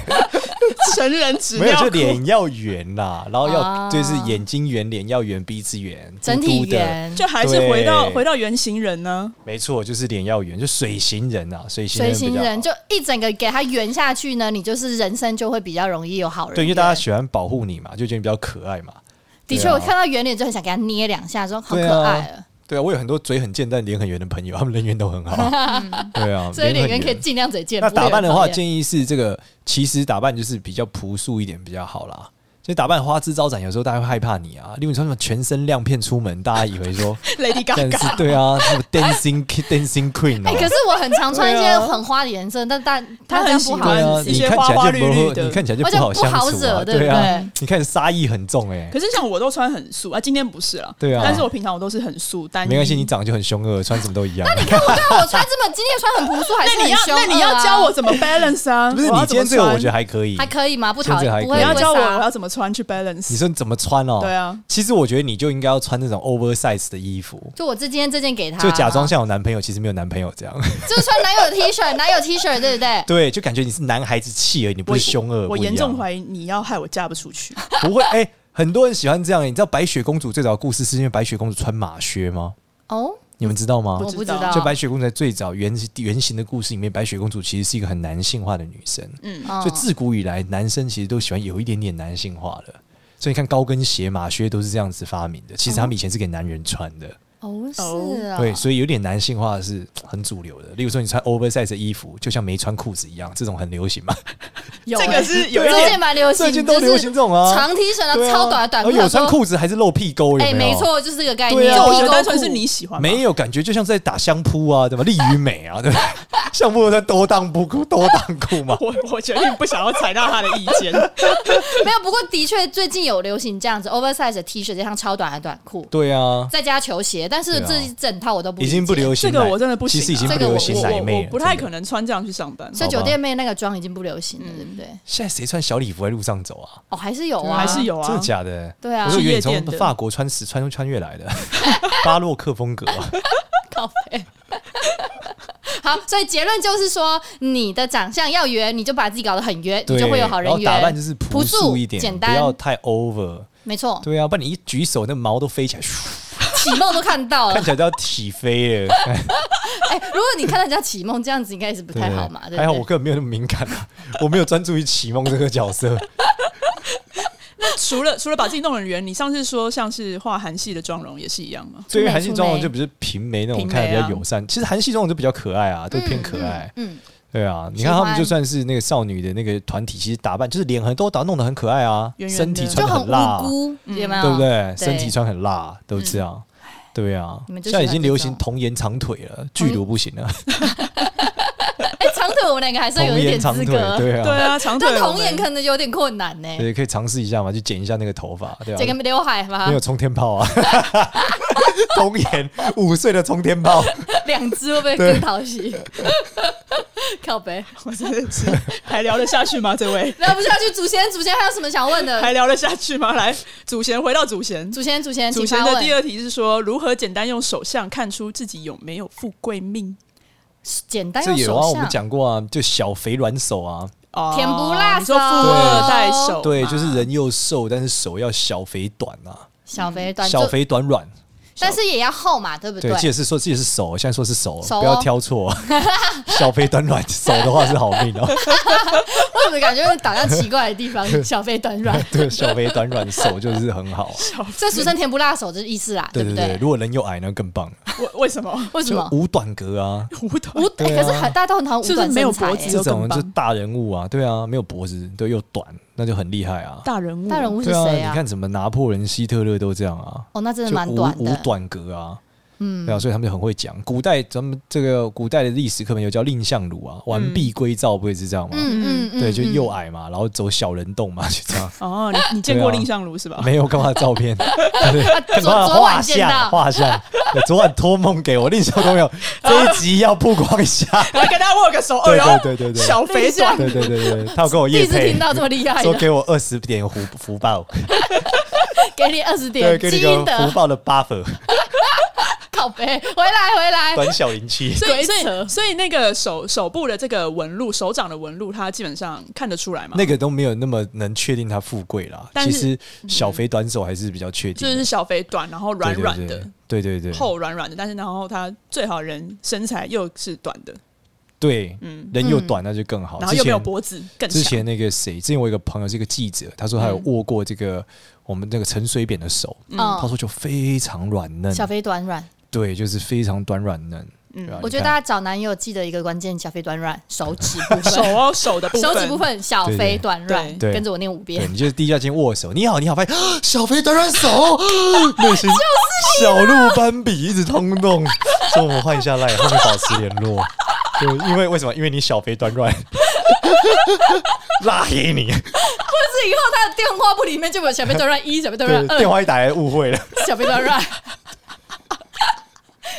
Speaker 1: 成人纸
Speaker 3: 没有
Speaker 1: 尿
Speaker 3: 就
Speaker 1: 裤，
Speaker 3: 脸要圆啦，然后要、
Speaker 2: 啊
Speaker 3: 就是眼睛圆，脸要圆，鼻子圆，
Speaker 2: 整体
Speaker 3: 嘟嘟的
Speaker 2: 圆，
Speaker 1: 就还是回到
Speaker 3: 对
Speaker 1: 回到原型人呢？ [laughs]
Speaker 3: 没错，就是脸要圆，就水型人啊，水型人
Speaker 2: 随
Speaker 3: 比
Speaker 2: 行
Speaker 3: 较好
Speaker 2: 人就一整个给他圆下去呢，你就是人生就会比较容易有好人缘。
Speaker 3: 对，因为大家喜欢保护你嘛，就觉得你比较可爱嘛。
Speaker 2: 的确，
Speaker 3: 对啊
Speaker 2: 我看到圆脸就很想给他捏两下，说好
Speaker 3: 对
Speaker 2: 可
Speaker 3: 啊
Speaker 2: 爱哦了。
Speaker 3: 对啊，我有很多嘴很贱但脸很圆的朋友，他们人缘都很好。
Speaker 2: [laughs]
Speaker 3: 对啊，
Speaker 2: 嗯所以脸
Speaker 3: 很
Speaker 2: 圆
Speaker 3: 圆
Speaker 2: 可以尽量嘴贱。
Speaker 3: 啊那
Speaker 2: 不会
Speaker 3: 打扮的
Speaker 2: 有
Speaker 3: 话，
Speaker 2: 人讨厌
Speaker 3: 建议是这个，其实打扮就是比较朴素一点比较好啦。所以打扮花枝招展，有时候大家会害怕你啊。例如你穿什么全身亮片出门，大家以为
Speaker 2: [laughs]
Speaker 3: 说
Speaker 1: Lady
Speaker 3: 但
Speaker 1: Gaga
Speaker 3: 是对啊，什么 Dancing Dancing Queen 啊。
Speaker 2: 哎，可是我很常穿一
Speaker 3: 对
Speaker 2: 些
Speaker 3: 啊
Speaker 2: 很花的颜色，但但
Speaker 1: 他
Speaker 2: 但这
Speaker 1: 很
Speaker 2: 样
Speaker 1: 喜
Speaker 2: 不好
Speaker 1: 欢。
Speaker 3: 对啊，
Speaker 1: 一
Speaker 3: 你
Speaker 1: 些
Speaker 3: 看
Speaker 1: 花
Speaker 3: 起
Speaker 1: 花
Speaker 3: 来
Speaker 1: 绿
Speaker 3: 就不
Speaker 1: 绿
Speaker 3: 会，
Speaker 1: 的
Speaker 3: 你看起来
Speaker 2: 而
Speaker 3: 就
Speaker 2: 且
Speaker 3: 不好相
Speaker 2: 不好
Speaker 3: 处啊，
Speaker 2: 惹对不
Speaker 3: 对啊
Speaker 2: 对，
Speaker 3: 你看杀意很重哎
Speaker 1: 可，是像我都穿很素啊，今天不是了，
Speaker 3: 对啊
Speaker 1: 但是我平常我都是很素，单一
Speaker 3: 没关系，你长得就很凶恶，穿什么都一样。
Speaker 2: 但啊我穿这么今天穿很朴素，还是
Speaker 1: 那你
Speaker 2: 很
Speaker 1: 要
Speaker 2: 凶
Speaker 1: 那你
Speaker 2: 恶
Speaker 1: 要
Speaker 2: 啊
Speaker 1: 教我怎么 balance 啊？
Speaker 3: [laughs] [laughs] 不是
Speaker 1: 我
Speaker 3: 你
Speaker 1: 要怎
Speaker 3: 今
Speaker 1: 么
Speaker 3: 天这个，我
Speaker 1: 穿
Speaker 3: 觉得还可以
Speaker 2: [laughs] 还。可以吗？不讨
Speaker 3: 甚至还
Speaker 2: 厌，不会
Speaker 3: 可以
Speaker 1: 你要
Speaker 2: 不会
Speaker 1: 教我啊
Speaker 2: 杀
Speaker 1: 我要怎么穿去 balance？
Speaker 3: 你说你怎么穿哦？
Speaker 1: 对啊，
Speaker 3: 其实我觉得你就应该要穿那种 oversize 的衣服，
Speaker 2: 就我这今天这件给他，
Speaker 3: 就假装像有男朋友，其实没有男朋友
Speaker 1: [laughs]
Speaker 3: 这样。
Speaker 2: 就是穿男友的 T 恤，男友 T 恤，对不对？
Speaker 3: 对，就感觉你是男孩子气而已，你不
Speaker 1: 我
Speaker 3: 是凶恶。
Speaker 1: 我
Speaker 3: 不一
Speaker 1: 严
Speaker 3: 样
Speaker 1: 重怀疑你要害我嫁不出去。
Speaker 3: 不会，哎、很多人喜欢这样。你知道白雪公主最早的故事是因为白雪公主穿马靴吗？
Speaker 2: 哦，
Speaker 3: 你们知道吗
Speaker 2: 我？不知道，
Speaker 3: 就白雪公主在最早原原型的故事里面，白雪公主其实是一个很男性化的女生。
Speaker 1: 嗯，
Speaker 2: 嗯
Speaker 3: 所以自古以来，男生其实都喜欢有一点点男性化的。所以你看，高跟鞋、马靴都是这样子发明的。其实他
Speaker 1: 嗯
Speaker 3: 们以前是给男人穿的，
Speaker 2: 哦是啊，
Speaker 3: 对，所以有点男性化是很主流的。例如说，你穿 oversize 的衣服，就像没穿裤子一样，这种很流行
Speaker 2: [laughs]
Speaker 3: 嘛。
Speaker 2: [laughs] 有
Speaker 1: 这
Speaker 2: 欸
Speaker 1: 个是有一
Speaker 2: 最
Speaker 1: 点
Speaker 2: 近蛮流行，
Speaker 3: 最近都流行这种啊
Speaker 2: 就是长 T 恤啊，
Speaker 3: 对啊
Speaker 2: 超短的短裤，
Speaker 3: 而有穿
Speaker 2: 想说，
Speaker 3: 裤子还是露屁沟，有
Speaker 2: 哎，
Speaker 3: 没
Speaker 2: 没
Speaker 3: 有？
Speaker 2: 错，就是这个概
Speaker 3: 对
Speaker 2: 念，
Speaker 3: 啊
Speaker 1: 就
Speaker 2: 就
Speaker 1: 我觉
Speaker 2: 屁
Speaker 1: 得
Speaker 2: 股
Speaker 1: 单纯是你喜欢吧，
Speaker 3: 没有感觉，就像在打相扑啊，对吧？力与美啊，对吧？ [laughs] 相扑在多裆不裤，多裆裤嘛。
Speaker 1: [laughs] 我我决定不想要采纳他的意
Speaker 3: [laughs]
Speaker 1: 见。
Speaker 2: 没有，不过的确最近有流行这样子 oversize 的 T 恤加上超短的短裤，
Speaker 3: 对啊，
Speaker 2: 再加球鞋，但是
Speaker 3: 对啊
Speaker 2: 这一整套我都不
Speaker 3: 已经不
Speaker 2: 理解
Speaker 3: 流行
Speaker 1: 这
Speaker 3: 奶，
Speaker 1: 个我真的不行啊，
Speaker 3: 其实已经
Speaker 2: 这
Speaker 3: 不
Speaker 2: 个我
Speaker 3: 流行
Speaker 1: 我
Speaker 3: 奶
Speaker 1: 我
Speaker 3: 妹
Speaker 1: 我
Speaker 3: 了，
Speaker 1: 不太
Speaker 3: 真的
Speaker 1: 可。能穿这样去上班。
Speaker 2: 所以
Speaker 3: 好吧
Speaker 2: 酒店妹那个妆已经不流行
Speaker 1: 嗯
Speaker 2: 了，对不对？
Speaker 3: 现在谁穿小礼服在路上走啊？
Speaker 2: 哦，还是有啊，
Speaker 1: 还是有
Speaker 3: 真
Speaker 1: 啊
Speaker 3: 的，假的？
Speaker 2: 对啊
Speaker 3: 我就以为
Speaker 1: 去夜
Speaker 3: 你从
Speaker 1: 店的
Speaker 3: 法国穿时穿穿越来的 [laughs] 巴洛克风格啊。
Speaker 2: [laughs] 靠背。 [laughs] 好，所以结论就是说，你的长相要圆，你就把自己搞得很圆，你
Speaker 3: 对，
Speaker 2: 就会有好人
Speaker 3: 然后
Speaker 2: 缘。
Speaker 3: 打扮就是朴
Speaker 2: 朴素
Speaker 3: 素一点，
Speaker 2: 简
Speaker 3: 不
Speaker 2: 单
Speaker 3: 要，太 over。
Speaker 2: 没错。
Speaker 3: 对啊，不然你一举手，那毛都飞起来。
Speaker 2: 启
Speaker 3: 咻 [laughs]
Speaker 2: 梦都看到了
Speaker 3: 看。起来都要起飞耶，
Speaker 2: [laughs] 哎、如果你看人家启梦这样子，应该是不太好嘛，对不对？
Speaker 3: 还好我根本没有那么敏感啊， [laughs] 我没有专注于启蒙这个角色。
Speaker 1: 除了除了把自己弄很圆，你上次说像是画韩系的妆容也是一样吗？
Speaker 3: 对于韩系
Speaker 2: 出
Speaker 3: 妆容
Speaker 2: 美
Speaker 3: 就比较平眉那种，
Speaker 1: 平眉
Speaker 3: 看起来比较
Speaker 1: 啊
Speaker 3: 友善。其实韩系妆容就比较可爱啊，都偏可爱。
Speaker 2: 嗯，嗯，
Speaker 3: 对啊，你
Speaker 2: 喜
Speaker 3: 看他们
Speaker 2: 欢
Speaker 3: 就算是那个少女的那个团体，其实打扮就是脸很都打弄得很可爱啊，
Speaker 1: 圆圆的
Speaker 3: 身
Speaker 2: 嗯
Speaker 3: 体
Speaker 1: 嗯
Speaker 2: 就
Speaker 3: 穿得
Speaker 2: 很
Speaker 3: 很辣啊、
Speaker 2: 无辜，嗯有没有？
Speaker 3: 对不？对？
Speaker 2: 对嗯
Speaker 3: 身体穿很辣，都这样。对啊，
Speaker 2: 你们就
Speaker 3: 现
Speaker 2: 喜欢
Speaker 3: 在已经流行
Speaker 2: 这种
Speaker 3: 童颜长腿了，巨乳不行了，
Speaker 2: 哎、长腿我们两个还算有
Speaker 3: 童
Speaker 2: 一
Speaker 3: 颜
Speaker 2: 点
Speaker 3: 长
Speaker 2: 资
Speaker 3: 腿，
Speaker 2: 格，
Speaker 3: 对
Speaker 1: 对
Speaker 3: 啊，
Speaker 1: 啊，长腿
Speaker 2: 但
Speaker 1: 我
Speaker 2: 童
Speaker 1: 们
Speaker 2: 颜可能有点困难呢、
Speaker 3: 对，可以尝试一下嘛，去剪一下那个头发，对
Speaker 2: 整个
Speaker 3: 啊，
Speaker 2: 刘海吧
Speaker 3: 没，有冲天炮啊， [laughs] 童颜五岁的冲天炮，
Speaker 2: 两只会不会更讨喜？ [laughs] 靠背，
Speaker 1: [laughs] 我真的是还聊得下去吗？这
Speaker 2: [laughs]
Speaker 1: 位
Speaker 2: 聊不下去。祖先，祖先还有什么想问的？
Speaker 1: 还聊得下去吗？来，祖贤回到祖贤，
Speaker 2: 呃祖先，祖先，
Speaker 1: 祖
Speaker 2: 请
Speaker 1: 贤
Speaker 2: 发
Speaker 1: 的第
Speaker 2: 问。
Speaker 1: 二题是说如何简单用手相看出自己有没有富贵命
Speaker 2: 简单
Speaker 3: 这
Speaker 2: 用
Speaker 3: 有啊，
Speaker 2: 手
Speaker 3: 我们
Speaker 2: 相。
Speaker 3: 讲过啊，就小肥软手啊，
Speaker 1: 哦
Speaker 2: 甜不辣
Speaker 1: 你说富
Speaker 2: 手
Speaker 1: 二代手嘛，
Speaker 2: 哦啊
Speaker 3: 对，就是人又瘦，但是手要小肥短啊，
Speaker 2: 小肥短，
Speaker 3: 小肥短软，
Speaker 2: 但是也要厚嘛，对不
Speaker 3: 对，记得是说记得是手，现在说是手，
Speaker 2: 手哦
Speaker 3: 不要挑
Speaker 2: [laughs]
Speaker 3: 错，小肥短软手的话是好命哦， [laughs]
Speaker 2: 为什么感觉会打到奇怪的地方？小肥短软，
Speaker 3: 对，小肥短软手就是很好啊，
Speaker 2: 所以俗称甜不辣手就是意思啦，
Speaker 3: 对
Speaker 2: 不
Speaker 3: 对对，？如果人又矮那更棒了，
Speaker 1: 为为什么？
Speaker 2: 为什么
Speaker 3: 就五短格啊，
Speaker 1: 无头
Speaker 2: 五？哎
Speaker 3: 对
Speaker 2: 可
Speaker 3: 啊
Speaker 2: 是很大家都很讨厌五
Speaker 1: 是不是
Speaker 2: 短
Speaker 1: 没有
Speaker 2: 身材
Speaker 1: 脖子
Speaker 2: 欸
Speaker 1: 就
Speaker 3: 这
Speaker 1: 更
Speaker 3: 种
Speaker 1: 棒
Speaker 3: 就大人物啊，对啊，没有脖子，对，又短，那就很厉害啊。
Speaker 1: [laughs] 大人物，
Speaker 2: 大人物是
Speaker 3: 对啊，
Speaker 2: 谁
Speaker 3: 你
Speaker 2: 啊？
Speaker 3: 看什么拿破仑、希特勒都这样啊，
Speaker 2: 哦，那真
Speaker 3: 就
Speaker 2: 的蛮短
Speaker 3: 五五
Speaker 2: 的。
Speaker 3: 短格啊，嗯，对啊，所以他们就很会讲。古代咱们这个古代的历史课本有叫蔺相如啊，完璧归赵不也是这样吗？
Speaker 2: 嗯嗯嗯，
Speaker 3: 对，就
Speaker 2: 嗯
Speaker 3: 又矮嘛，然后走小人洞嘛，就这
Speaker 2: [laughs]
Speaker 3: 样。
Speaker 1: 哦，你你见过
Speaker 3: 对啊
Speaker 1: 蔺相如是吧？
Speaker 3: 没有干嘛照片，
Speaker 2: [laughs] 昨
Speaker 3: 干嘛
Speaker 2: 昨
Speaker 3: 画
Speaker 2: 晚见
Speaker 3: 像
Speaker 2: 到，
Speaker 3: 画像。对昨晚托梦给我，另一小
Speaker 2: [laughs]
Speaker 3: 朋友，这一集要曝光一下。
Speaker 1: 来跟大家握个手，哎
Speaker 3: 对
Speaker 1: 呦，
Speaker 3: 对对对对
Speaker 1: 小肥短，
Speaker 3: 对对对对，他有跟我
Speaker 2: [laughs] 第
Speaker 3: 夜
Speaker 2: 一次
Speaker 3: 配
Speaker 2: 听，到这么厉害
Speaker 3: [laughs] 说
Speaker 2: 的，
Speaker 3: 给我二十点福福报，
Speaker 2: 给你二十
Speaker 3: 对，
Speaker 2: 点
Speaker 3: 给你
Speaker 2: 基
Speaker 3: 个
Speaker 2: 因
Speaker 3: 福
Speaker 2: 的
Speaker 3: 报的
Speaker 1: [laughs]
Speaker 3: buffer，
Speaker 2: 拷贝，回来回来，
Speaker 3: 短小灵七。
Speaker 1: 所以
Speaker 2: 鬼
Speaker 1: 所
Speaker 2: 扯
Speaker 1: 以所以那个手手部的这个纹路，手掌的纹路，它基本上看得出来嘛。
Speaker 3: [laughs] 那个都没有那么能确定他富贵啦，
Speaker 1: 但
Speaker 3: 其
Speaker 1: 是
Speaker 3: 实小肥短手还是比较确定
Speaker 1: 就
Speaker 3: 的，
Speaker 1: 是小肥短，然后软软的，
Speaker 3: 对对对，对对对
Speaker 1: 厚软软的，但是然后他最好人身材又是短的，
Speaker 3: 对，
Speaker 1: 嗯
Speaker 3: 人又短那就更好。
Speaker 1: 然后
Speaker 3: 之
Speaker 1: 又没有
Speaker 3: 前
Speaker 1: 脖子更
Speaker 3: 之
Speaker 1: 强。
Speaker 3: 前那个谁，之前我有一个朋友是一个记者，他说
Speaker 1: 嗯
Speaker 3: 他有握过这个我们那个陈水扁的手，他
Speaker 1: 哦
Speaker 2: 嗯，
Speaker 3: 说就啊非常软嫩，
Speaker 2: 小肥短软。
Speaker 3: 对，就是非常短软嫩。
Speaker 1: 嗯
Speaker 3: 对吧
Speaker 2: 我觉
Speaker 3: 你
Speaker 2: 得
Speaker 3: 看
Speaker 2: 大家找男友记得一个关键：小肥短软，手指部分，
Speaker 1: 手哦，手的部分，
Speaker 2: 手指部分小肥短软，
Speaker 1: 对
Speaker 3: 对
Speaker 2: 跟着我念五
Speaker 3: 对
Speaker 2: 遍。
Speaker 3: 你就是第一下先握手，你好，你好，发现 [gasps] 啊小肥短短手， [gasps]
Speaker 1: [laughs]
Speaker 3: 内心
Speaker 1: 啊
Speaker 3: 小鹿斑比一直通动， [laughs] 说我们换一下赖，后面保持联络。对，因为为什么？因为你小肥短软， [laughs] 拉黑你，
Speaker 2: 就是以后他的电话簿里面就有小肥短
Speaker 3: [laughs]
Speaker 2: 软一、小肥短
Speaker 3: 对
Speaker 2: 软，
Speaker 3: 电
Speaker 2: 二、
Speaker 3: 话一打来误
Speaker 1: [laughs]
Speaker 3: 会了，
Speaker 2: 小肥短软。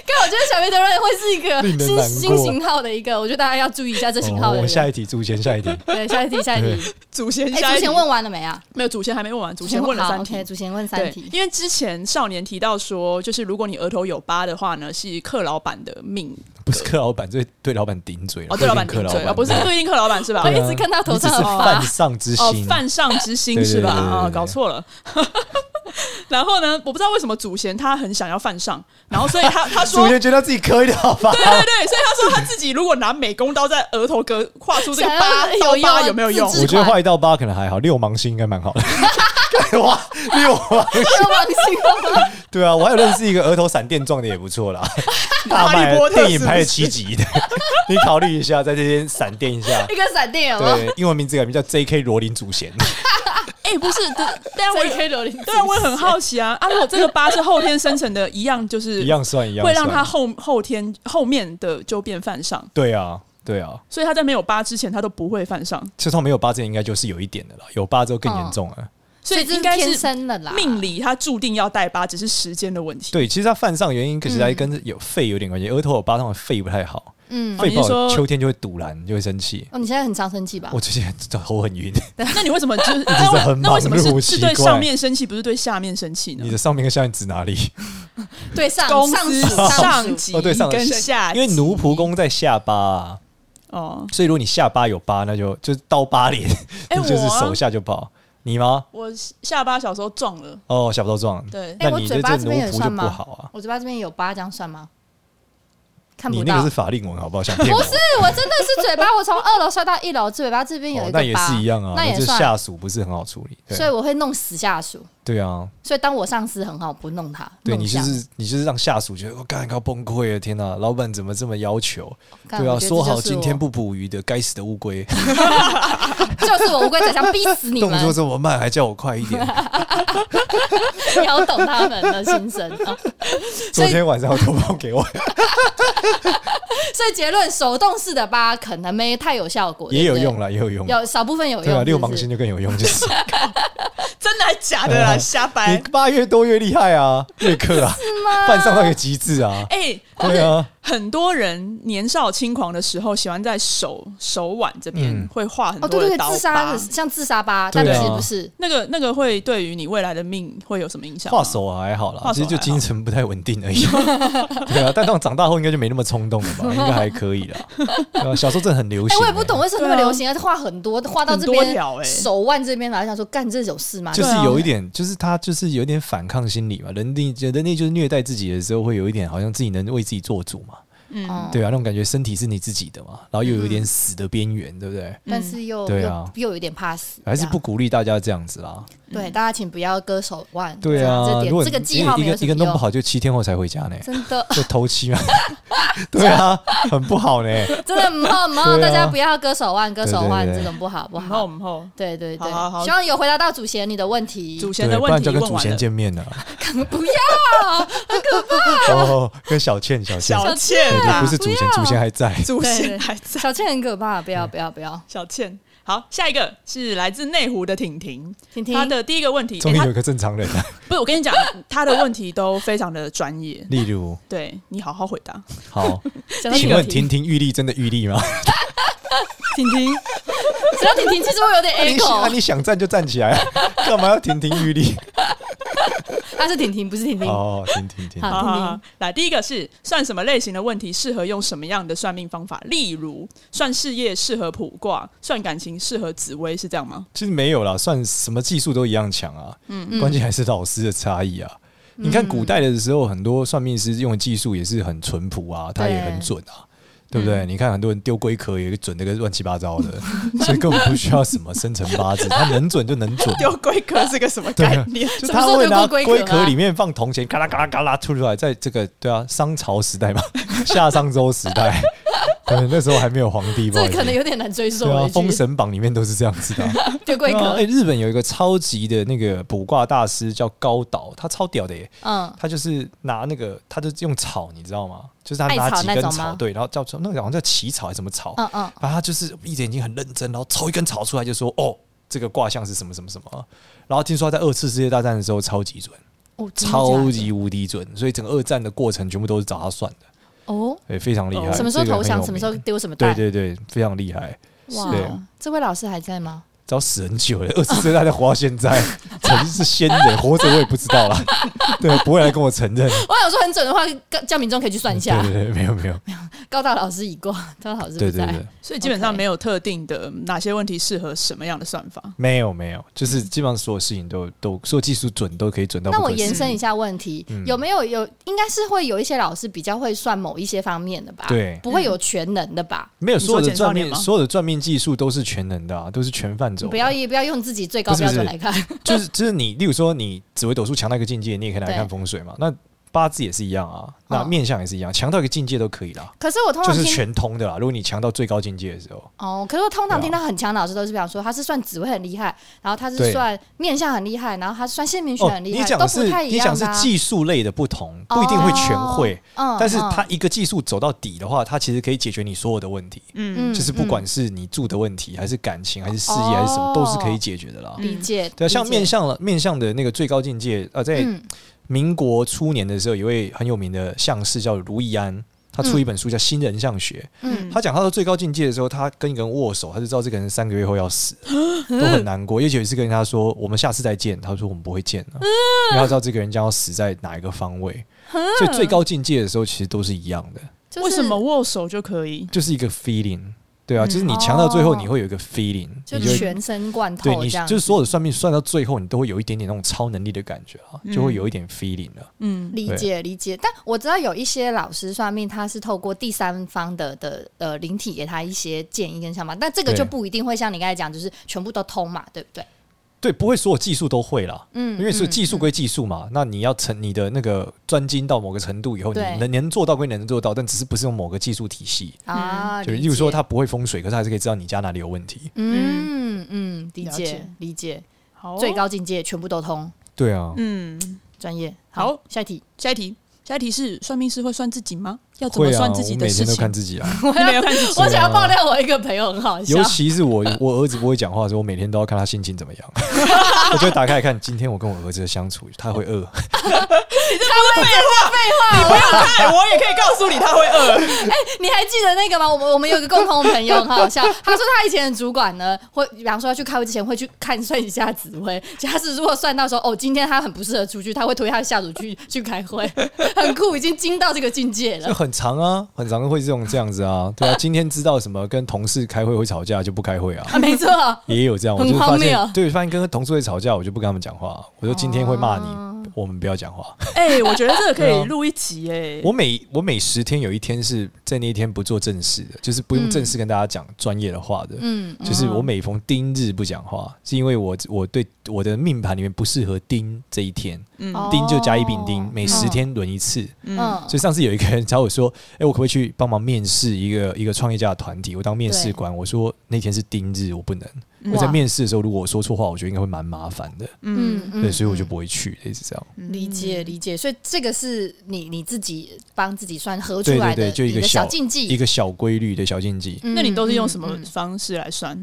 Speaker 2: 但我觉得小肥短软会是一
Speaker 3: 令
Speaker 2: 个
Speaker 3: 人
Speaker 2: 新
Speaker 3: 难
Speaker 2: 新
Speaker 3: 过
Speaker 2: 型号的一个，我觉得大家要注意一下这型号
Speaker 3: 哦
Speaker 2: 的
Speaker 3: 我
Speaker 2: 人。
Speaker 3: 下一题，朱先下
Speaker 1: [laughs]
Speaker 3: 一题。
Speaker 2: 对，下一题，下一
Speaker 3: 对
Speaker 2: 题。
Speaker 1: 祖先
Speaker 2: 哎、
Speaker 1: 下
Speaker 2: 祖
Speaker 1: 一题
Speaker 2: 贤问完了没啊？
Speaker 1: 没有，祖先还没问完，祖先问了
Speaker 2: 好
Speaker 1: 三题
Speaker 2: OK，。祖贤问三
Speaker 1: 对
Speaker 2: 题，。
Speaker 1: 因为之前少年提到说，就是如果你额头有疤的话呢，是克老板的命
Speaker 3: 不是克老板，对对老板顶嘴了
Speaker 1: 哦，对老板
Speaker 3: 克
Speaker 1: 顶
Speaker 3: 老
Speaker 1: 嘴
Speaker 3: 板啊
Speaker 1: 哦，不是对应克老板是吧？
Speaker 2: 我一直看他头上
Speaker 3: 你
Speaker 2: 有
Speaker 3: 只是
Speaker 2: 疤
Speaker 3: 犯上之
Speaker 1: 哦
Speaker 3: 心，，
Speaker 1: 犯上之
Speaker 3: 对
Speaker 1: 心
Speaker 3: 对
Speaker 1: 是吧？
Speaker 3: 对对对
Speaker 1: 啊，
Speaker 3: 对
Speaker 1: 搞错了。 [laughs] 然后呢，我不知道为什么祖贤他很想要犯上，然后所以
Speaker 3: [laughs]
Speaker 1: 他他说
Speaker 3: 朱，先觉得自己磕一条疤，
Speaker 1: 对对
Speaker 3: 啊
Speaker 1: 对，所以他说他自己如果拿美工刀在额头割画出这个疤，
Speaker 2: 想要有
Speaker 1: 刀疤
Speaker 2: 用啊
Speaker 1: 有没有用
Speaker 2: 自？制
Speaker 3: 我觉得画一道疤可能还好，六芒星应该蛮好的。啊哇，六芒
Speaker 2: 有王星吗？
Speaker 3: 对啊，我还有认识一个额头闪电撞的也不错
Speaker 1: [laughs]
Speaker 3: 啦，大
Speaker 1: 哈
Speaker 3: 卖
Speaker 1: 利波特
Speaker 3: 电影拍了
Speaker 1: 是不是
Speaker 3: 七集的， [laughs] 你考虑一下，在这边闪电一下。
Speaker 2: 一个闪电有没
Speaker 1: 啊
Speaker 2: 有
Speaker 3: 对，英文名字改名叫 J.K. 罗琳祖贤，
Speaker 1: 哎，不是，但我
Speaker 2: ？J.K. 罗琳，
Speaker 1: 对啊，我也很好奇啊。啊，如果这个疤是后天生成的，一样就是
Speaker 3: 一样算一样
Speaker 1: 会
Speaker 3: 算。
Speaker 1: 让他后后天后面的就变犯上，
Speaker 3: 对啊，对啊，
Speaker 1: 所以他在没有疤之前，他都不会犯上，
Speaker 3: 就算没有疤之前应该就是有一点的了，有疤之后更严重
Speaker 1: 哦
Speaker 3: 了。
Speaker 1: 所以
Speaker 2: 这
Speaker 1: 应该
Speaker 2: 天
Speaker 1: 是
Speaker 2: 生的啊啦，
Speaker 1: 命理他注定要带疤，只是时间的问题。
Speaker 3: 对，其实他犯上原因，可是还跟有肺有点关系，额头有疤，通常肺不太好，
Speaker 2: 嗯。
Speaker 3: 肺不
Speaker 1: 哦你是
Speaker 3: 好
Speaker 1: 说
Speaker 3: 秋天就会堵蓝，就会生气。
Speaker 2: 哦，你现在很常生气吧？
Speaker 3: 我最近头
Speaker 1: [laughs]
Speaker 3: 很晕，
Speaker 1: 那你为什么
Speaker 3: [laughs]
Speaker 1: 就是
Speaker 3: 直
Speaker 1: 那
Speaker 3: 在很
Speaker 1: 为那为
Speaker 3: 忙
Speaker 1: 什么是
Speaker 3: 碌
Speaker 1: 是
Speaker 3: 奇
Speaker 1: 对
Speaker 3: 怪
Speaker 1: 上面生气，不是对下面生气
Speaker 3: 你
Speaker 1: 呢？
Speaker 3: 的上面跟下面指哪里？
Speaker 2: 对上
Speaker 1: 公
Speaker 2: 上
Speaker 1: 司
Speaker 2: 属
Speaker 1: 上
Speaker 2: 上
Speaker 1: 级
Speaker 3: [laughs] 哦，对，上
Speaker 1: 跟下级，
Speaker 3: 因为奴仆宫在下巴啊、
Speaker 1: 哦，
Speaker 3: 所以如果你下巴有疤，那就就是刀疤脸， [laughs]
Speaker 1: 哎
Speaker 3: 那就是
Speaker 1: 我啊
Speaker 3: 手下就不好。你吗？
Speaker 1: 我下巴小时候撞
Speaker 2: [laughs]
Speaker 1: 了，
Speaker 3: 哦，小不到撞，
Speaker 1: 对，
Speaker 2: 哎
Speaker 3: 那
Speaker 2: 我
Speaker 3: 你
Speaker 2: 嘴
Speaker 3: 的
Speaker 2: 巴
Speaker 3: 这
Speaker 2: 这
Speaker 3: 奴
Speaker 2: 边也
Speaker 3: 仆就
Speaker 2: 算
Speaker 3: 不
Speaker 2: 吗
Speaker 3: 好啊。
Speaker 2: 我嘴巴这边有疤，这样算吗？看
Speaker 3: 你
Speaker 2: 不
Speaker 3: 那
Speaker 2: 到
Speaker 3: 个是，法令纹好不好？想骗
Speaker 2: 不
Speaker 3: 我？
Speaker 2: 是，我真的是嘴巴，我从二楼摔到一楼，嘴巴这边有
Speaker 3: 哦
Speaker 2: 一个疤，
Speaker 3: 那也是一样啊，
Speaker 2: 那也
Speaker 3: 就
Speaker 2: 算，
Speaker 3: 下属不是很好处理。
Speaker 2: 所以
Speaker 3: 对
Speaker 2: 我会弄死下属。
Speaker 3: 对啊，
Speaker 2: 所以当我上司很好，我不弄他，
Speaker 3: 对
Speaker 2: 弄
Speaker 3: 你就
Speaker 2: 下
Speaker 3: 是你就是让下属觉得哦我刚刚崩溃了，天哪、老板怎么这么要求？
Speaker 2: 哦干
Speaker 3: 对啊，
Speaker 2: 我觉得
Speaker 3: 说
Speaker 2: 这就
Speaker 3: 好
Speaker 2: 是
Speaker 3: 今天
Speaker 2: 我
Speaker 3: 不捕鱼的，该死的乌龟，
Speaker 2: 就是我乌龟仔想逼死 [laughs] 你
Speaker 3: 动
Speaker 2: 们，
Speaker 3: 作这么慢，还叫我快
Speaker 2: [laughs]
Speaker 3: 一点。
Speaker 2: 你要懂他们的心声、哦。
Speaker 3: 昨天晚上我都报
Speaker 2: [laughs]
Speaker 3: 给我，
Speaker 2: 所以结论，手动式的疤可能没太有效果，
Speaker 3: 也有用
Speaker 2: 了，
Speaker 3: 啦，也有用。
Speaker 2: 有少部分有用，
Speaker 3: 对啊，
Speaker 2: 是不是
Speaker 3: 六芒星就更有
Speaker 2: [laughs]
Speaker 3: 用，就是
Speaker 1: 真的还假的
Speaker 2: 啊
Speaker 1: 啦？
Speaker 3: 嗯
Speaker 1: 瞎
Speaker 3: 你
Speaker 1: 掰。
Speaker 3: 八越多越厉害啊，越克
Speaker 2: [laughs]
Speaker 3: 啊，犯上那个极致啊。
Speaker 1: 哎、
Speaker 2: 哦
Speaker 3: 对啊，
Speaker 1: 很多人年少轻狂的时候，喜欢在手手腕这边、
Speaker 3: 嗯
Speaker 1: 会画很
Speaker 2: 哦，
Speaker 1: 多
Speaker 2: 对对
Speaker 1: 的
Speaker 2: 对，
Speaker 1: 刀疤。
Speaker 2: 自杀的像自杀疤，
Speaker 3: 对
Speaker 2: 但
Speaker 3: 啊
Speaker 2: 其实不是，
Speaker 1: 那个那个会对于你未来的命会有什么影响吗？
Speaker 3: 画手啊还好啦，
Speaker 1: 画手
Speaker 3: 其实就
Speaker 1: 还好
Speaker 3: 精神不太稳定而已。 [laughs] 对啊，但到长大后应该就没那么冲动了吧？
Speaker 2: [laughs]
Speaker 3: 应该还可以啦。对啊小时候真的很流
Speaker 2: 哎、
Speaker 3: 行、
Speaker 2: 我也不懂
Speaker 3: 欸
Speaker 2: 为什么那么流行，而且啊画很多，画到这
Speaker 1: 很多
Speaker 2: 边、
Speaker 1: 条哎
Speaker 2: 手腕这边，然后想说干这有事吗？
Speaker 3: 就是
Speaker 1: 对啊
Speaker 3: 有一点，就是他就是有一点反抗心理嘛。人类人类就是虐待自己的时候，会有一点好像自己能为自己做主嘛。
Speaker 1: 嗯，
Speaker 2: 哦
Speaker 3: 对啊，那种感觉，身体是你自己的嘛，然后又有一点死的边缘，对不对？
Speaker 2: 但是又、
Speaker 3: 对啊
Speaker 2: 又又有一点怕死，
Speaker 3: 还是
Speaker 2: 这样
Speaker 3: 不鼓励大家这样子啦。
Speaker 2: 对大家，请不要割手腕。
Speaker 3: 对
Speaker 2: 这
Speaker 3: 啊
Speaker 2: 样，这
Speaker 3: 如果
Speaker 2: 点这个记号
Speaker 3: 一
Speaker 2: 没有
Speaker 3: 个
Speaker 2: 什
Speaker 3: 一
Speaker 2: 么
Speaker 3: 个
Speaker 2: 用，
Speaker 3: 弄不好，就七天后才回家 [laughs] 呢，
Speaker 2: 真的
Speaker 3: 就头七
Speaker 2: [laughs]
Speaker 3: 嘛。 [laughs] 对啊，很不好呢。
Speaker 2: 真的不好，不好，
Speaker 3: 对啊
Speaker 2: 大家不要割手腕，割手腕
Speaker 3: 对对对
Speaker 2: 这种不好不
Speaker 1: 往后
Speaker 2: 好。
Speaker 1: 往后，
Speaker 2: 对对对，
Speaker 1: 好好好
Speaker 2: 希望有回答到祖贤你的问题。
Speaker 1: 祖
Speaker 3: 对，
Speaker 1: 贤的
Speaker 3: 不
Speaker 1: 问
Speaker 3: 然
Speaker 1: 题
Speaker 3: 就跟
Speaker 1: 问
Speaker 3: 祖
Speaker 1: 完
Speaker 3: 贤
Speaker 1: 了。
Speaker 3: 见面了。
Speaker 2: 不要
Speaker 3: 哦，跟小倩，小倩，
Speaker 1: 小
Speaker 2: 小
Speaker 1: 倩
Speaker 3: 对
Speaker 1: 啊
Speaker 3: 对，不是祖贤，祖贤还在。
Speaker 1: 祖
Speaker 2: 对
Speaker 1: 贤
Speaker 2: 对
Speaker 1: 还在。
Speaker 2: [laughs] 小倩很可怕，不要不要不要，
Speaker 1: 小倩，好，下一个是来自内湖的婷婷，
Speaker 2: 婷婷
Speaker 1: 她的第一个问题，
Speaker 3: 终于
Speaker 1: 诶她
Speaker 3: 有一个正常人
Speaker 2: [laughs]
Speaker 3: 啊了，
Speaker 1: 不是我跟你 [laughs] 讲，她的问题都非常的专业，
Speaker 3: 例如，
Speaker 1: 对你好好回答。
Speaker 3: 好，
Speaker 2: 想到
Speaker 3: 请
Speaker 2: 婷
Speaker 3: 问
Speaker 2: 婷
Speaker 3: 婷婷玉立真的玉立吗？
Speaker 2: 婷婷，想到婷婷其实我有
Speaker 3: [laughs]
Speaker 2: 点
Speaker 3: 那啊你想，那
Speaker 2: echo，
Speaker 3: 你想站就站起
Speaker 2: [laughs]
Speaker 3: 来啊，干嘛要亭亭玉立？
Speaker 2: 她是婷婷不是婷婷，
Speaker 3: 哦，婷婷婷，
Speaker 1: [laughs]
Speaker 2: 好
Speaker 1: 好好
Speaker 2: 婷
Speaker 1: 好，来，第一个是算什么类型的问题适合用什么样的算命方法？例如，算事业适合卜卦，算感情适合紫薇，是这样 [laughs] 吗？
Speaker 3: 其实没有啦，算什么技术都一样强啊，
Speaker 2: 嗯
Speaker 3: 关键还是老师的差异啊。你看古代的时候，很多算命师用的技术也是很淳朴啊，他也很准啊，对不
Speaker 2: 嗯
Speaker 3: 对？你看很多人丢龟壳也准的个乱七八
Speaker 2: [laughs]
Speaker 3: 糟的，所以根本不需要什么生辰八字，他能准就能准。
Speaker 1: 丢龟壳是个什么
Speaker 3: 对
Speaker 1: 概
Speaker 3: 啊
Speaker 1: 念？
Speaker 3: 就
Speaker 2: 什么时
Speaker 3: 他
Speaker 2: 候
Speaker 3: 会
Speaker 2: 丢
Speaker 3: 拿
Speaker 2: 过龟壳
Speaker 3: 龟壳
Speaker 2: 啊
Speaker 3: 里面放铜钱，嘎啦嘎啦嘎啦吐出来，在这个对啊商朝
Speaker 2: [laughs]
Speaker 3: 时代嘛，夏商周时代， [laughs] 对，那时候还没有皇帝，不好
Speaker 2: 这
Speaker 3: 意
Speaker 2: 可能
Speaker 3: 思。
Speaker 2: 有点难追溯
Speaker 3: 对啊，
Speaker 2: 回
Speaker 3: 《封
Speaker 2: 去。
Speaker 3: 神榜》里面都是这样子的啊、
Speaker 2: 对贵
Speaker 3: 对啊
Speaker 2: 哥
Speaker 3: 哎、，日本有一个超级的那个卜卦大师叫高岛，他超屌的耶，
Speaker 2: 嗯，
Speaker 3: 他就是拿那个，他就用草，你知道吗？就是他
Speaker 2: 艾
Speaker 3: 拿
Speaker 2: 草
Speaker 3: 几
Speaker 2: 那
Speaker 3: 根
Speaker 2: 种
Speaker 3: 草，
Speaker 2: 吗
Speaker 3: 对，然后叫那个好像叫起草还是什么草，
Speaker 2: 嗯嗯，
Speaker 3: 反正他就是一眼睛很认真，然后抽一根草出来就说哦。这个卦象是什么什么什么？然后听说他在二次世界大战的时候超级准，
Speaker 2: 哦，真的假
Speaker 3: 超
Speaker 2: 的
Speaker 3: 级无敌准，所以整个二战的过程全部都是找他算的，
Speaker 2: 哦，
Speaker 3: 对，非常厉害。
Speaker 1: 哦
Speaker 2: 什么时候
Speaker 3: 哎这个
Speaker 2: 投
Speaker 3: 很
Speaker 2: 降，
Speaker 3: 有
Speaker 2: 什么时候
Speaker 3: 名
Speaker 2: 丢什么
Speaker 3: 对
Speaker 2: 蛋，
Speaker 3: 对对，非常厉害。对
Speaker 2: 哇，这位老师还在吗？
Speaker 3: 早死很久了， [laughs] 二十岁他才活到现在， [laughs] 曾是仙人，活着我也不知道啦。 [laughs] 对，不会来跟我承认。
Speaker 2: 我想说很准的话，叫叫民众可以去算一下。
Speaker 3: 嗯对对对，没有没有，
Speaker 2: 高大老师已过， [laughs] 高大老师
Speaker 3: 对
Speaker 2: 不
Speaker 3: 对
Speaker 2: 在。
Speaker 3: 对，
Speaker 1: [laughs] 所以基本上
Speaker 2: OK
Speaker 1: 没有特定的哪些问题适合什么样的算法。
Speaker 3: 没有没有，就是基本上所有事情都都所有技术准都可以准到不
Speaker 2: 那
Speaker 3: 可
Speaker 2: 我
Speaker 3: 思议。
Speaker 2: 延伸一下问题，
Speaker 3: 嗯
Speaker 2: 有没有有应该是会有一些老师比较会算某一些方面的吧？
Speaker 3: 对
Speaker 2: 不会有全能的吧？
Speaker 3: 没有
Speaker 1: 你
Speaker 3: 所有
Speaker 1: 说
Speaker 3: 的
Speaker 1: 简
Speaker 3: 赚
Speaker 1: 少年
Speaker 3: 命，
Speaker 1: 吗
Speaker 3: 所有的赚命技术都是全能的、啊，都是全范
Speaker 2: 你
Speaker 3: 畴的。
Speaker 2: 不要也不要用自己最高
Speaker 3: 不是
Speaker 2: 标
Speaker 3: 不是
Speaker 2: 准来看，
Speaker 3: 就是就是你，例如说你紫微斗数强到一个境界，你也可以拿来
Speaker 2: 对
Speaker 3: 看风水嘛。那八字也是一样啊，那
Speaker 2: 哦
Speaker 3: 面相也是一样，强到一个境界都可以啦，
Speaker 2: 可是我通
Speaker 3: 就
Speaker 2: 常
Speaker 3: 是
Speaker 2: 听、
Speaker 3: 全通的啦。如果你强到最高境界的时候，
Speaker 2: 哦，可是我通常
Speaker 3: 对啊
Speaker 2: 听到很强的老师都是比方说他是算紫薇很厉害，然后他是
Speaker 3: 对
Speaker 2: 算面相很厉害，然后他是算姓名学
Speaker 3: 哦，
Speaker 2: 很厉
Speaker 3: 你
Speaker 2: 害，
Speaker 3: 讲
Speaker 2: 都
Speaker 3: 的
Speaker 2: 不
Speaker 3: 是
Speaker 2: 太一
Speaker 3: 你讲
Speaker 2: 样
Speaker 3: 的
Speaker 2: 的、
Speaker 3: 是
Speaker 2: 啊。
Speaker 3: 技术类的不同，不一定会全会。
Speaker 2: 嗯
Speaker 3: 但是
Speaker 2: 嗯
Speaker 3: 它一个技术走到底的话，它其实可以解决你所有的问题，
Speaker 1: 嗯，
Speaker 3: 就是不管是你住的问题，还是感情，还是事业，还是什么，都是可以解决的啦。
Speaker 1: 嗯
Speaker 2: 理解，
Speaker 3: 对啊，
Speaker 2: 理
Speaker 3: 像
Speaker 2: 解
Speaker 3: 面相了，面相的那个最高境界，呃，在
Speaker 2: 嗯
Speaker 3: 民国初年的时候，有一位很有名的相士叫卢易安，他出一本书叫《新人相学》，
Speaker 2: 嗯，
Speaker 3: 他讲他到最高境界的时候，他跟一个人握手，他就知道这个人三个月后要死，都很难过。尤其有一次跟他说我们下次再见，他说我们不会见了，因为他知道这个人将要死在哪一个方位。
Speaker 2: 嗯
Speaker 3: 所以最高境界的时候，其实都是一样的，
Speaker 2: 就是
Speaker 1: 为什么握手就可以？
Speaker 3: 就是一个 feeling。对啊，就是你强到最后，
Speaker 2: 哦
Speaker 3: 你会有一个 feeling，
Speaker 2: 就
Speaker 3: 你
Speaker 2: 全身贯
Speaker 3: 对
Speaker 2: 透
Speaker 3: 你
Speaker 2: 这样
Speaker 3: 就
Speaker 2: 子，
Speaker 3: 是所有的算命算到最后，你都会有一点点那种超能力的感觉啊，就会有一点 feeling 了。
Speaker 1: 嗯，
Speaker 2: 理解理解。但我知道有一些老师算命，他是透过第三方的的呃灵体给他一些建议跟想法，但这个
Speaker 3: 对
Speaker 2: 就不一定会像你刚才讲，就是全部都通嘛，对不对？
Speaker 3: 对，不会所有技术都会啦，
Speaker 2: 嗯
Speaker 3: 因为是
Speaker 2: 嗯
Speaker 3: 技术归技术嘛，那你要成你的那个专精到某个程度以后，你
Speaker 2: 对
Speaker 3: 能能做到归能做到，但只是不是用某个技术体系。
Speaker 2: 啊，
Speaker 3: 就
Speaker 2: 理
Speaker 3: 例如说，
Speaker 2: 解
Speaker 3: 他不会风水，可是他还是可以知道你家哪里有问题。
Speaker 2: 嗯嗯，理
Speaker 1: 了
Speaker 2: 解
Speaker 1: 解
Speaker 2: 理解，
Speaker 1: 好哦
Speaker 2: 最，高境界全部都通，
Speaker 3: 对啊，
Speaker 1: 嗯，
Speaker 2: 专业。
Speaker 1: 好，
Speaker 2: 下一题，
Speaker 1: 下一题，下一题是算命师会算自己吗？要怎
Speaker 3: 会
Speaker 1: 么
Speaker 3: 啊，
Speaker 1: 算
Speaker 3: 我
Speaker 1: 自己的
Speaker 3: 每
Speaker 1: 事
Speaker 3: 天都
Speaker 1: 情
Speaker 3: 看？自己啊，
Speaker 1: [laughs] 你没有看自己，
Speaker 2: 我想要爆料我一个朋友很好
Speaker 1: [laughs]
Speaker 2: 笑
Speaker 3: 尤，其是我我儿子不会讲话的时候，我每天都要看他心情怎么样，我就会打开来看，今天我跟我儿子的相处，他会饿。
Speaker 1: 哎，我也可以告诉你他会饿。
Speaker 2: 你还记得那个吗？我们我们有一个共同朋友很好 [laughs] 笑，他说他以前的主管呢，会比方说要去开会之前会去看算一下紫薇，假使如果算到说哦今天他很不适合出去，他会推他的下属去去开会， [laughs] 很酷，已经精到这个境界
Speaker 3: 就
Speaker 2: [laughs] 了。
Speaker 3: 很长啊，很长会这种这样子啊，对啊，今天知道什么跟同事开会会吵架就不开会啊，
Speaker 2: 啊，没错，
Speaker 3: 也有这样，我
Speaker 2: 很
Speaker 3: 就发
Speaker 2: 荒
Speaker 3: 现
Speaker 2: 谬，
Speaker 3: 对，发现跟同事会吵架，我就不跟他们讲话，我说今天会骂
Speaker 2: 哦
Speaker 3: 你，我们不要讲话。
Speaker 1: [laughs] 哎，我觉得这个可
Speaker 3: 对啊
Speaker 1: 以录一集
Speaker 2: [laughs]
Speaker 1: 哎，
Speaker 2: 哦
Speaker 3: 我每我每十天有一天是在那一天不做正事的，就是不用
Speaker 2: 嗯
Speaker 3: 正式跟大家讲专业的话的，
Speaker 2: 嗯，
Speaker 3: 就是我每逢丁日不讲话，是因为我我对我的命盘里面不适合丁这一天，
Speaker 1: 嗯
Speaker 3: 丁就甲乙丙丁
Speaker 2: 哦，
Speaker 3: 每十天轮一次，
Speaker 1: 嗯，
Speaker 3: 所以上次有一个人找我说：“哎、我可不可以去帮忙面试一个一个创业家的团体？我当面试官。”我说：“那天是丁日，我不能。我在
Speaker 2: 哇
Speaker 3: 面试的时候，如果我说错话，我觉得应该会蛮麻烦的，
Speaker 2: 嗯，嗯
Speaker 3: 对，所以我就不会去，类似这样。
Speaker 2: 嗯理解理解，所以这个是你你自己帮自己算合出
Speaker 3: 对
Speaker 2: 来
Speaker 3: 对
Speaker 2: 的
Speaker 3: 对，就一
Speaker 2: 你
Speaker 3: 个
Speaker 2: 的
Speaker 3: 小
Speaker 2: 小禁忌
Speaker 3: 一。个小规律的小禁忌。
Speaker 2: 嗯
Speaker 1: 那你都是用什
Speaker 2: 嗯
Speaker 1: 么
Speaker 2: 嗯嗯
Speaker 1: 方式来算？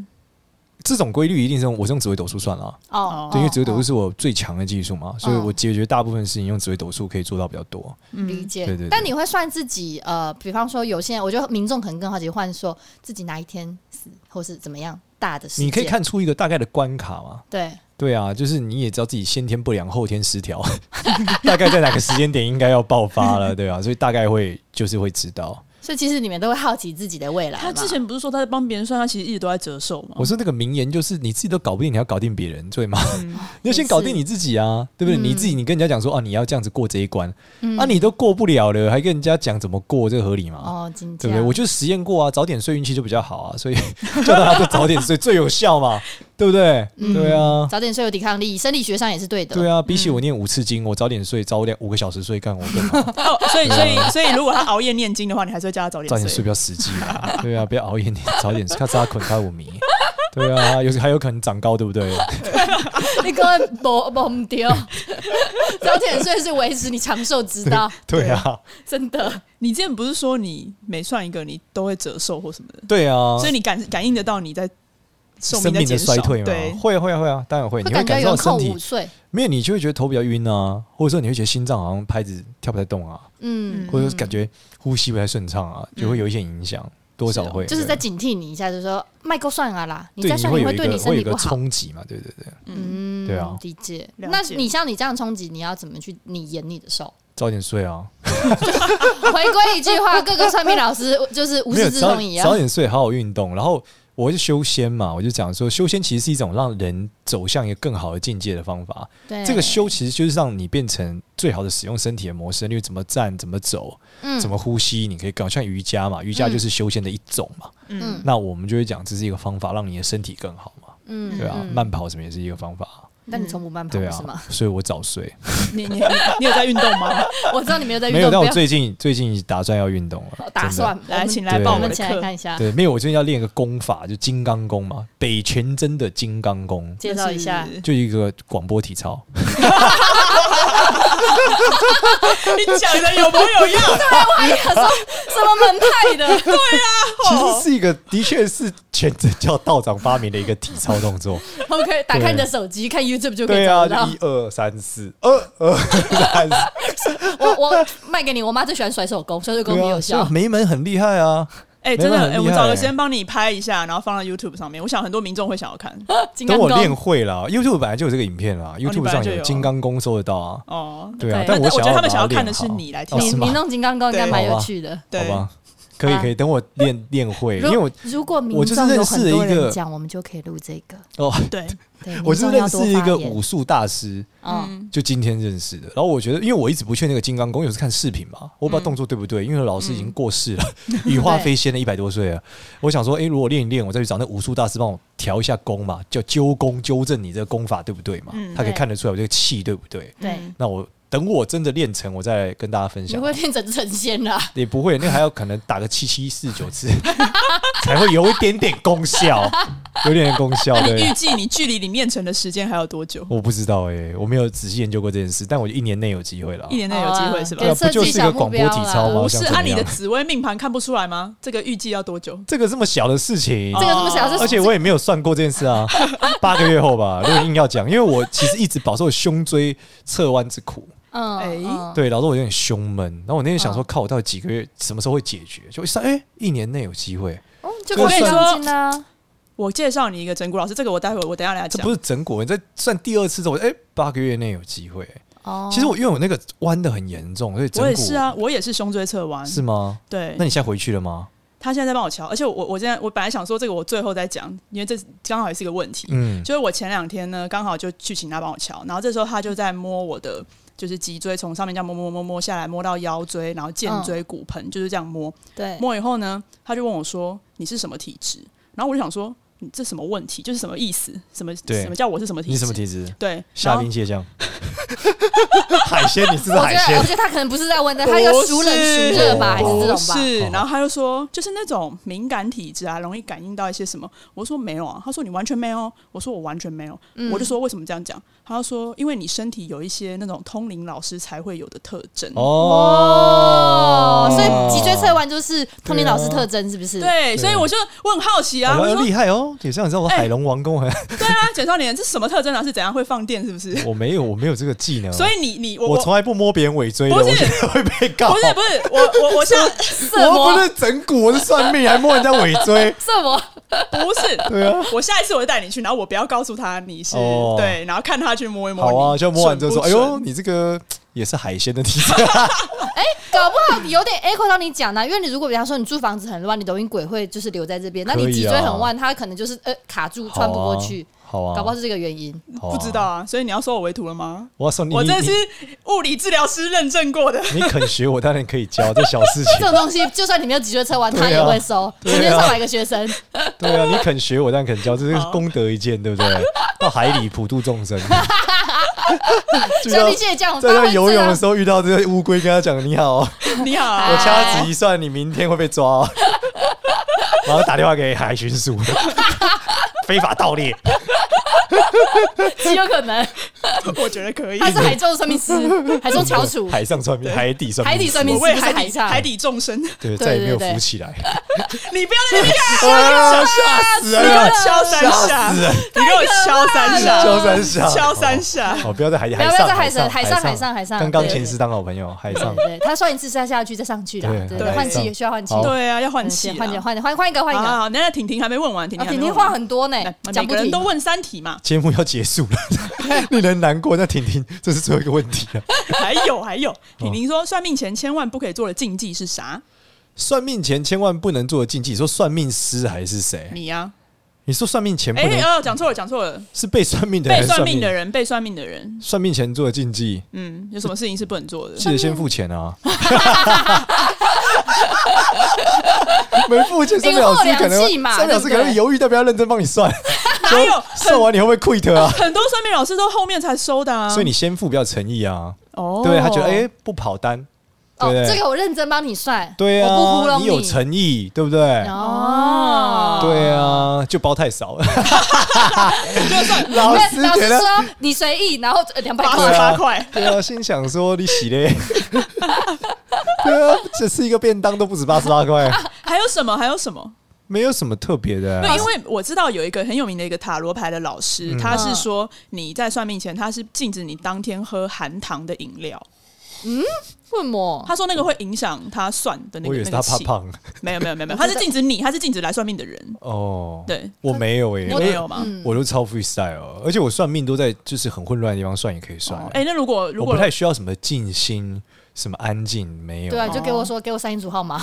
Speaker 3: 这种规律一定是用我是用紫微斗数算了、
Speaker 2: 哦，嗯
Speaker 3: 对，因为紫微斗数
Speaker 2: 是
Speaker 3: 是我最强的技术嘛，所以我解决大部分事情用紫微斗数可以做到比较多。
Speaker 2: 理解。
Speaker 3: 对对对
Speaker 2: 但你会算自己呃，比方说有些人，我觉得民众可能更好奇，换说自己哪一天死，或是怎么样大的事件
Speaker 3: 你可以看出一个大概的关卡嘛。
Speaker 2: 对，
Speaker 3: 对啊，就是你也知道自己先天不良，后天失调， [laughs] 大概在哪个时间点应该要爆
Speaker 2: [laughs]
Speaker 3: 发了，对啊，所以大概会就是会知道。
Speaker 2: 所以其实你们都会好奇自己的未来
Speaker 1: 嗯
Speaker 2: 嘛。
Speaker 1: 他之前不是说他在帮别人算，他其实一直都在折寿吗？
Speaker 3: 我说那个名言就是你自己都搞不定，你还要搞定别人，对吗？
Speaker 1: 嗯
Speaker 3: 你要先搞定你自己啊，对不对？
Speaker 2: 嗯
Speaker 3: 你自己，你跟人家讲说啊，你要这样子过这一关，
Speaker 2: 嗯
Speaker 3: 啊，你都过不了了，还跟人家讲怎么过，这个合理吗？
Speaker 2: 哦，今天
Speaker 3: 对不对？我就实验过啊，早点睡运气就比较好啊，所以 [laughs] 叫大家都早点睡最有效嘛，对不对？
Speaker 2: 嗯
Speaker 3: 对啊，
Speaker 2: 早点睡有抵抗力，生理学上也是对的。
Speaker 3: 对啊，比起我念五次经，我早点睡，早点五个小时睡，干我
Speaker 1: [laughs]
Speaker 3: 更好。
Speaker 1: [laughs] 哦，所以所以所以，如果他熬夜念经的话，你还是会叫他早
Speaker 3: 早
Speaker 1: 点
Speaker 3: 点睡
Speaker 1: 睡。
Speaker 3: 比较实际啦。对啊，不要熬夜，你 [laughs] 早点睡，看扎捆开五迷。对啊，有还有可能长高，对不对？啊
Speaker 2: 你根本不不不丢，早点睡是维持你长寿之道，
Speaker 3: 对啊，
Speaker 2: 真的。
Speaker 1: 你之前不是说你每算一个你都会折寿或什么的，
Speaker 3: 对啊
Speaker 1: 所，以你感感应得到你在寿
Speaker 3: 生
Speaker 1: 在
Speaker 3: 命的
Speaker 1: 减少
Speaker 3: 衰退嘛
Speaker 1: 对，，
Speaker 3: 会啊会啊会啊，当然会，你会
Speaker 2: 感觉
Speaker 3: 感
Speaker 2: 有
Speaker 3: 受
Speaker 2: 人
Speaker 3: 到
Speaker 2: 扣
Speaker 3: 身
Speaker 2: 五
Speaker 3: 体，
Speaker 2: 岁，
Speaker 3: 没有你就会觉得头比较晕啊，或者说你会觉得心脏好像拍子跳不太动啊，
Speaker 2: 嗯，
Speaker 3: 或者是感觉呼吸不太顺畅啊，就会有一些影响，多少会
Speaker 2: 就是在
Speaker 3: 对
Speaker 2: 警惕你一下，就是说麦克算啊啦，你
Speaker 3: 对
Speaker 2: 再
Speaker 3: 你
Speaker 2: 算
Speaker 3: 会
Speaker 2: 你
Speaker 3: 有一
Speaker 2: 对你
Speaker 3: 个
Speaker 2: 身
Speaker 3: 会有
Speaker 2: 体
Speaker 3: 一
Speaker 2: 不
Speaker 3: 个
Speaker 2: 好。
Speaker 3: 冲击嘛，对对对，
Speaker 2: 嗯，
Speaker 3: 对啊
Speaker 2: 理解。
Speaker 1: 了
Speaker 2: 那
Speaker 1: 解
Speaker 2: 你像你这样冲击，你要怎么去你演你的寿？
Speaker 3: 早点睡啊，
Speaker 2: [laughs] 回归一句 [laughs] 话，各个算命老师就是无
Speaker 3: 没有
Speaker 2: 师自
Speaker 3: 早
Speaker 2: 通一样
Speaker 3: 早。点睡，好好运动，然后我就修仙嘛，我就讲说修仙其实是一种让人走向一个更好的境界的方法。
Speaker 2: 对，
Speaker 3: 这个修其实就是让你变成最好的使用身体的模式，例如怎么站、怎么走、
Speaker 2: 嗯
Speaker 3: 怎么呼吸，你可以搞像瑜伽嘛，瑜伽就是修仙的一种嘛。
Speaker 2: 嗯
Speaker 3: 那我们就会讲这是一个方法，让你的身体更好嘛，
Speaker 2: 嗯
Speaker 3: 对啊，
Speaker 2: 嗯
Speaker 3: 慢跑什么也是一个方法，
Speaker 2: 但你从不慢跑
Speaker 3: 对
Speaker 2: 是吗
Speaker 3: 啊？，所以我早睡，
Speaker 1: 你你你你有在运动吗？
Speaker 2: [laughs] 我知道你没有在运
Speaker 3: 没有，
Speaker 2: 动，
Speaker 3: 但
Speaker 2: 不
Speaker 3: 我
Speaker 2: 要哦
Speaker 3: 最近最近打算要运动了，
Speaker 2: 打
Speaker 3: 真的
Speaker 2: 算
Speaker 1: 来，请
Speaker 2: 来，
Speaker 1: 来
Speaker 3: 对
Speaker 1: 报
Speaker 2: 我
Speaker 1: 我
Speaker 2: 们
Speaker 1: 的
Speaker 2: 起来
Speaker 1: 课。
Speaker 2: 看一下，
Speaker 3: 对，没有，我最近要练一个功法，就金刚功嘛，北拳真的金刚
Speaker 2: [laughs]
Speaker 3: 功，
Speaker 2: 介绍一下
Speaker 1: 就。是
Speaker 3: 就一个广播体操，
Speaker 2: 哦
Speaker 1: [laughs] 你讲的有模有样，
Speaker 3: [laughs]
Speaker 2: 哎呀，说什么门派的？
Speaker 3: [laughs] 其实是一个的确是全真教道长发明的一个体操动作。
Speaker 2: 我可以打开你的手机，看 YouTube [laughs] 就可以
Speaker 3: 对
Speaker 2: 找
Speaker 3: 啊，
Speaker 2: 得到
Speaker 3: 就。一二三四，二二 [laughs] 三四，
Speaker 2: 我我卖给你，我妈最喜欢甩手工，甩手工
Speaker 3: 对
Speaker 2: 很
Speaker 3: 啊
Speaker 2: 有效
Speaker 3: 所以。梅门很厉害啊，
Speaker 1: 哎，真的，
Speaker 3: 没有很厉
Speaker 1: 哎，
Speaker 3: 害
Speaker 1: 我找个时间帮你拍一下，然后放到 YouTube 上面。我想很多民众会想要
Speaker 3: [laughs]
Speaker 1: 看。
Speaker 2: 金刚
Speaker 3: 啊等我练
Speaker 2: 功，哦
Speaker 3: 会了，YouTube 本来就有这个影片啦
Speaker 1: 本
Speaker 3: ，YouTube
Speaker 1: 来
Speaker 3: 上
Speaker 1: 就有
Speaker 3: 有金刚功收得到啊，
Speaker 1: 哦，
Speaker 3: 对啊
Speaker 2: 嗯对，
Speaker 3: 但
Speaker 1: 但我觉得
Speaker 3: 想要
Speaker 1: 他
Speaker 3: 把
Speaker 1: 们想
Speaker 3: 它
Speaker 1: 要看的
Speaker 3: 练
Speaker 1: 是
Speaker 3: 好
Speaker 1: 你来
Speaker 3: 哦
Speaker 1: 跳，
Speaker 2: 你
Speaker 3: 是吗
Speaker 2: 你弄金刚功应该蛮有趣的。
Speaker 1: 对
Speaker 3: 好吧？可以
Speaker 2: 好吧
Speaker 3: 可以，等我练练会，因为我
Speaker 2: 如果民
Speaker 3: 我就是
Speaker 2: 众有
Speaker 3: 认识
Speaker 2: 很
Speaker 3: 了
Speaker 2: 多
Speaker 3: 一个
Speaker 2: 人讲，我们就可以录这个。
Speaker 3: 哦，
Speaker 1: 对，
Speaker 2: 对，
Speaker 3: 我
Speaker 2: 民
Speaker 3: 是
Speaker 2: 众
Speaker 3: 认
Speaker 2: 要
Speaker 3: 识
Speaker 2: 多
Speaker 3: 一
Speaker 2: 发
Speaker 3: 个
Speaker 2: 言。
Speaker 3: 武术大师，
Speaker 2: 嗯，
Speaker 1: 嗯，
Speaker 3: 就今天认识的。然后我觉得，因为我一直不确定那个金刚功，有时看视频嘛，我不
Speaker 1: 嗯
Speaker 3: 知道动作对不对，因为老师已
Speaker 2: 嗯
Speaker 3: 经过世
Speaker 2: [laughs]
Speaker 3: 了，羽化飞仙了一百多岁了。我想说，诶，如果练一练，我再去找那武术大师帮我调一下功嘛，叫纠功，纠正你这个功法对不对嘛
Speaker 1: 嗯？
Speaker 3: 他可以
Speaker 2: 对
Speaker 3: 看得出来我这个气对不对。
Speaker 2: 对
Speaker 1: 嗯
Speaker 3: 那我等我真的练成，我再来跟大家分
Speaker 2: 你
Speaker 3: 享。
Speaker 2: 会变成成仙了，
Speaker 3: 也不会，那还要可能打个七七四九次， [laughs] 才会有一点点功效，有点功效。
Speaker 1: 那你
Speaker 3: 对
Speaker 1: 预，计你距离你练成的时间还有多久？
Speaker 3: 我不知道哎、我没有仔细研究过这件事，但我一年内有机会了
Speaker 1: 一。年内有机会是吧
Speaker 2: 好
Speaker 3: 对
Speaker 2: 啊？
Speaker 3: 啊，不就是一个广播体操吗？
Speaker 2: 给
Speaker 1: 不
Speaker 3: 我
Speaker 1: 是
Speaker 3: 想怎
Speaker 1: 按
Speaker 3: 么
Speaker 1: 你的
Speaker 3: 样？
Speaker 1: 紫微命盘看不出来吗？这个预计要多久？
Speaker 3: 这个这么小的事情，
Speaker 2: 这个这么小，
Speaker 1: 哦
Speaker 2: 这是
Speaker 3: 而且我也没有算过这件事
Speaker 1: [laughs]
Speaker 3: 啊。八个月后吧，如果硬要讲，因为我其实一直饱受胸椎侧弯之苦，
Speaker 2: 嗯，
Speaker 1: 哎
Speaker 2: 嗯，
Speaker 3: 对，老是我有点胸闷。然后我那天想
Speaker 1: 嗯
Speaker 3: 说，靠，我到底几个月，什么时候会解决？就一算，哎、一年内有机会。
Speaker 2: 哦就
Speaker 3: 我
Speaker 2: 跟
Speaker 3: 跟你
Speaker 1: 说
Speaker 2: 金啊，
Speaker 1: 我介绍你一个整蛊老师，这个我待会我等一下来
Speaker 3: 这
Speaker 1: 讲
Speaker 3: 不。是整蛊，你在算第二次之后，哎、八个月内有机会、
Speaker 2: 哦，
Speaker 3: 其实我因为我那个弯的很严重，所以整
Speaker 1: 我
Speaker 3: 蛊
Speaker 1: 也是，啊，我也是胸椎侧弯。
Speaker 3: 是吗？
Speaker 1: 对
Speaker 3: 那，你现在回去了吗？
Speaker 1: 他现在在帮我瞧，而且我我我现在我本来想说这个我最后再讲，因为这刚好也是一个问题。
Speaker 3: 嗯，
Speaker 1: 就是我前两天呢，刚好就去请他帮我瞧，然后这时候他就在摸我的就是脊椎，从上面这样摸摸摸摸下来，摸到腰椎，然后肩椎、骨盆，就是这样摸。
Speaker 2: 对，
Speaker 1: 摸以后呢，他就问我说：“你是什么体质？”然后我就想说：“你这什么问题？就是什么意思？什么
Speaker 3: 对
Speaker 1: 什么叫我是什么体质？
Speaker 3: 你什么体质？
Speaker 1: 对，
Speaker 3: 虾
Speaker 1: 然
Speaker 3: 兵
Speaker 1: 后
Speaker 3: 蟹将， [laughs] 海鲜，你是
Speaker 2: 我
Speaker 3: 海
Speaker 2: 觉得，
Speaker 3: 鲜
Speaker 2: 我觉。得他可能不是在问的，他要熟冷熟热吧，还是这
Speaker 1: 不
Speaker 2: 种吧？
Speaker 1: 是
Speaker 3: 哦，
Speaker 1: 然后他就说，就是那种敏感体质啊，容易感应到一些什么。我说没有啊，他说你完全没有，我说我完全没有，
Speaker 2: 嗯
Speaker 1: 我就说为什么这样讲？他就说因为你身体有一些那种通灵老师才会有的特征。
Speaker 2: 哦
Speaker 3: 哦，啊
Speaker 2: 所以脊椎侧弯就是通灵老师特征，是不是？，
Speaker 1: 对，所以我就我很好奇啊，
Speaker 3: 哎
Speaker 1: 我
Speaker 3: 呦
Speaker 1: 说
Speaker 3: 厉害哦！也像你知道我
Speaker 1: 哎
Speaker 3: 海龙王宫， [laughs]
Speaker 1: 对啊，简少年这什么特征啊？是怎样会放电？是不是？
Speaker 3: 我没有，我没有这个技能。啊
Speaker 1: 所以你你我
Speaker 3: 我从来不摸别人尾椎的，
Speaker 1: 不
Speaker 3: 我
Speaker 1: 是
Speaker 3: 觉得会被告
Speaker 1: 不。是不是我我我像
Speaker 2: 色
Speaker 3: 我
Speaker 2: 魔
Speaker 3: 不，是整蛊，我是算命，还摸人家尾椎。
Speaker 2: 色魔，
Speaker 1: 不是。
Speaker 3: [laughs]
Speaker 1: [laughs]
Speaker 3: 对啊，
Speaker 1: 我下一次我就带你去，然后我不要告诉他你是、
Speaker 3: 哦
Speaker 1: 对，然后看他去摸一摸你。
Speaker 3: 好啊，就摸完之后说：“哎
Speaker 1: 准不准
Speaker 3: 呦，你这个也是海鲜的体质。”啊
Speaker 2: 搞不好有点 echo 到你讲的啊，因为你如果比方说你租房子很乱，你抖音鬼会就是留在这边，那
Speaker 3: 可
Speaker 2: 你
Speaker 3: 以
Speaker 2: 脊椎
Speaker 3: 啊
Speaker 2: 很弯，它可能就是呃卡住穿不过去，
Speaker 3: 好啊，
Speaker 2: 搞不好是这个原因。
Speaker 3: 好啊
Speaker 1: 不知道，啊，所以你要收我为徒了吗？
Speaker 3: 我要说你，
Speaker 1: 我
Speaker 3: 你
Speaker 1: 这是物理治疗师认证过的。 [laughs]
Speaker 3: 你你肯学，我当然可以教这小
Speaker 2: [laughs]
Speaker 3: 事
Speaker 2: 这
Speaker 3: [laughs] 情。
Speaker 2: 种东西，就算你没有脊椎侧弯，他
Speaker 3: 对
Speaker 2: 也
Speaker 3: 啊
Speaker 2: 会收。
Speaker 3: 对啊
Speaker 2: 曾经上百个学
Speaker 3: [laughs]
Speaker 2: 生，
Speaker 3: 对啊，你肯学，我当然肯教，这是
Speaker 1: 好
Speaker 3: 功德一件，
Speaker 2: [laughs]
Speaker 3: 对不对？到海里普度众生，遇
Speaker 2: 像
Speaker 3: 到
Speaker 2: 你蟹这样，
Speaker 3: 啊在
Speaker 2: 他
Speaker 3: 那
Speaker 2: 会
Speaker 3: 游
Speaker 2: 这
Speaker 3: 泳
Speaker 2: 样
Speaker 3: 的时候遇到这个乌龟，跟他讲你
Speaker 2: [laughs]
Speaker 3: 好，我
Speaker 1: 你好啊，
Speaker 2: 哎
Speaker 3: 掐指一算，你明天会被抓哦， [laughs] 然后打电话给海
Speaker 2: [laughs]
Speaker 3: 巡署，非法盗猎，
Speaker 2: 极有可能，
Speaker 1: 我觉得可以。
Speaker 2: 他是海中算命
Speaker 3: [laughs]
Speaker 2: 师，海中翘楚，
Speaker 3: 海上算命，海底算命，
Speaker 2: 海底算
Speaker 1: 我
Speaker 2: 命
Speaker 1: 为
Speaker 2: 是不是
Speaker 1: 海
Speaker 2: 海
Speaker 1: 底
Speaker 2: 上
Speaker 1: 海底众生，
Speaker 2: 对
Speaker 3: 对，再也没有
Speaker 2: 对对
Speaker 3: 浮起
Speaker 2: [laughs]
Speaker 3: 来，
Speaker 1: 你不要在那边看，
Speaker 3: 啊吓死
Speaker 1: 你
Speaker 3: [laughs]
Speaker 1: 给我
Speaker 3: 人，
Speaker 1: 敲三下，
Speaker 3: 吓死
Speaker 2: 啊
Speaker 3: 人，啊
Speaker 1: 你给我敲三下，
Speaker 3: 敲三下，
Speaker 1: 敲三下。
Speaker 3: 哦，不要在海，
Speaker 2: 不要
Speaker 3: 海上
Speaker 2: 在海上
Speaker 3: 海
Speaker 2: 海上海上海上
Speaker 3: 跟钢
Speaker 2: 对
Speaker 3: 琴师当好朋友，海上
Speaker 2: 对，他算一次摔下去再上去啦，对，
Speaker 3: 对
Speaker 1: 对
Speaker 2: 换
Speaker 1: 对
Speaker 2: 气需要换气，
Speaker 3: 好
Speaker 1: 对啊，要换气
Speaker 2: 先
Speaker 1: 啊，
Speaker 2: 嗯换气换换换一个换一
Speaker 1: 好
Speaker 2: 个，
Speaker 1: 好
Speaker 2: 啊
Speaker 1: 好，那那婷婷还没问完，婷婷还
Speaker 2: 婷
Speaker 1: 没
Speaker 2: 婷
Speaker 1: 问完
Speaker 2: 话很多呢
Speaker 1: 来，每
Speaker 2: 讲不
Speaker 1: 个人
Speaker 2: 停
Speaker 1: 都。问三题嘛，
Speaker 3: 节目要结束
Speaker 2: [laughs]
Speaker 3: 了，令人难过。那婷婷，这是最后一个问题啊了。
Speaker 1: 还有还
Speaker 3: 哦
Speaker 1: 有，婷婷说算命前千万不可以做的禁忌是啥？
Speaker 3: 算命前千万不能做的禁忌，说算命师还是谁？
Speaker 1: 你呀，
Speaker 3: 你说算命前哎不
Speaker 1: 哎
Speaker 3: 能
Speaker 1: 哦，讲错了讲错了，
Speaker 3: 是被算命的人，
Speaker 1: 被算
Speaker 3: 算
Speaker 1: 命的
Speaker 3: 人，
Speaker 1: 人被算命的人，
Speaker 3: 算命前做的禁忌，
Speaker 1: 嗯，有什么事情是不能做的？
Speaker 3: 记得先付钱
Speaker 2: [laughs]
Speaker 3: 啊。没付钱，算命老师可
Speaker 2: 因祸
Speaker 3: 能
Speaker 2: 两弃嘛
Speaker 3: 算命老师可
Speaker 2: 对不
Speaker 3: 能
Speaker 2: 对
Speaker 3: 会犹豫要不要认真帮你
Speaker 2: [laughs]
Speaker 3: 算，
Speaker 1: 哪有
Speaker 3: 算完你会不会 quit 啊？
Speaker 1: [laughs] 很多算命老师都后面才收的啊，
Speaker 2: 哦
Speaker 3: 所以你先付比较有诚意啊，
Speaker 1: 哦
Speaker 3: 对不对？他觉得哎不跑单，
Speaker 2: 哦
Speaker 3: 对不，对？
Speaker 2: 这个我认真帮你算，
Speaker 3: 对
Speaker 2: 我不糊
Speaker 3: 啊，
Speaker 2: 弄
Speaker 3: 你有诚意，对不对？
Speaker 2: 哦，
Speaker 3: 对啊，就包太少了。老
Speaker 2: 对
Speaker 3: 师
Speaker 2: 老
Speaker 3: 觉
Speaker 2: 师
Speaker 3: 得，
Speaker 2: 说你随意，然后呃两百
Speaker 1: 八
Speaker 2: 块
Speaker 1: 十
Speaker 3: 对啊
Speaker 1: 八块，
Speaker 3: 对啊，心想说你洗嘞， [laughs] 对啊，只吃一个便当都不止八十八块，
Speaker 1: 还有什么？还有什么？
Speaker 3: 没有什么特别的
Speaker 1: 对，
Speaker 3: 啊。
Speaker 1: 因为我知道有一个很有名的一个塔罗牌的老师，
Speaker 3: 嗯
Speaker 1: 他是说你在算命前，他是禁止你当天喝含糖的饮料。
Speaker 2: 问我，
Speaker 1: 他说那个会影响他算的那
Speaker 3: 哦我
Speaker 1: 个
Speaker 3: 以为
Speaker 1: 那
Speaker 3: 是
Speaker 1: 个
Speaker 3: 他怕
Speaker 1: 气。
Speaker 3: 胖
Speaker 1: 没有没有没有没有，
Speaker 2: 我
Speaker 1: 他
Speaker 2: 觉得
Speaker 1: 是禁止你，他是禁止来算命的人。
Speaker 3: 哦。，
Speaker 1: 对，
Speaker 3: 我没有诶，
Speaker 1: 你没有吗？
Speaker 2: 嗯，
Speaker 3: 我都超 freestyle，而且我哦算命都在就是很混乱的地方算也可以算
Speaker 1: 哦，哎，那如果如
Speaker 3: 啊我
Speaker 1: 果
Speaker 3: 不太需要什么静心、什么安静，没有 [laughs]
Speaker 2: 对。啊，你就给我说给我三音组号码，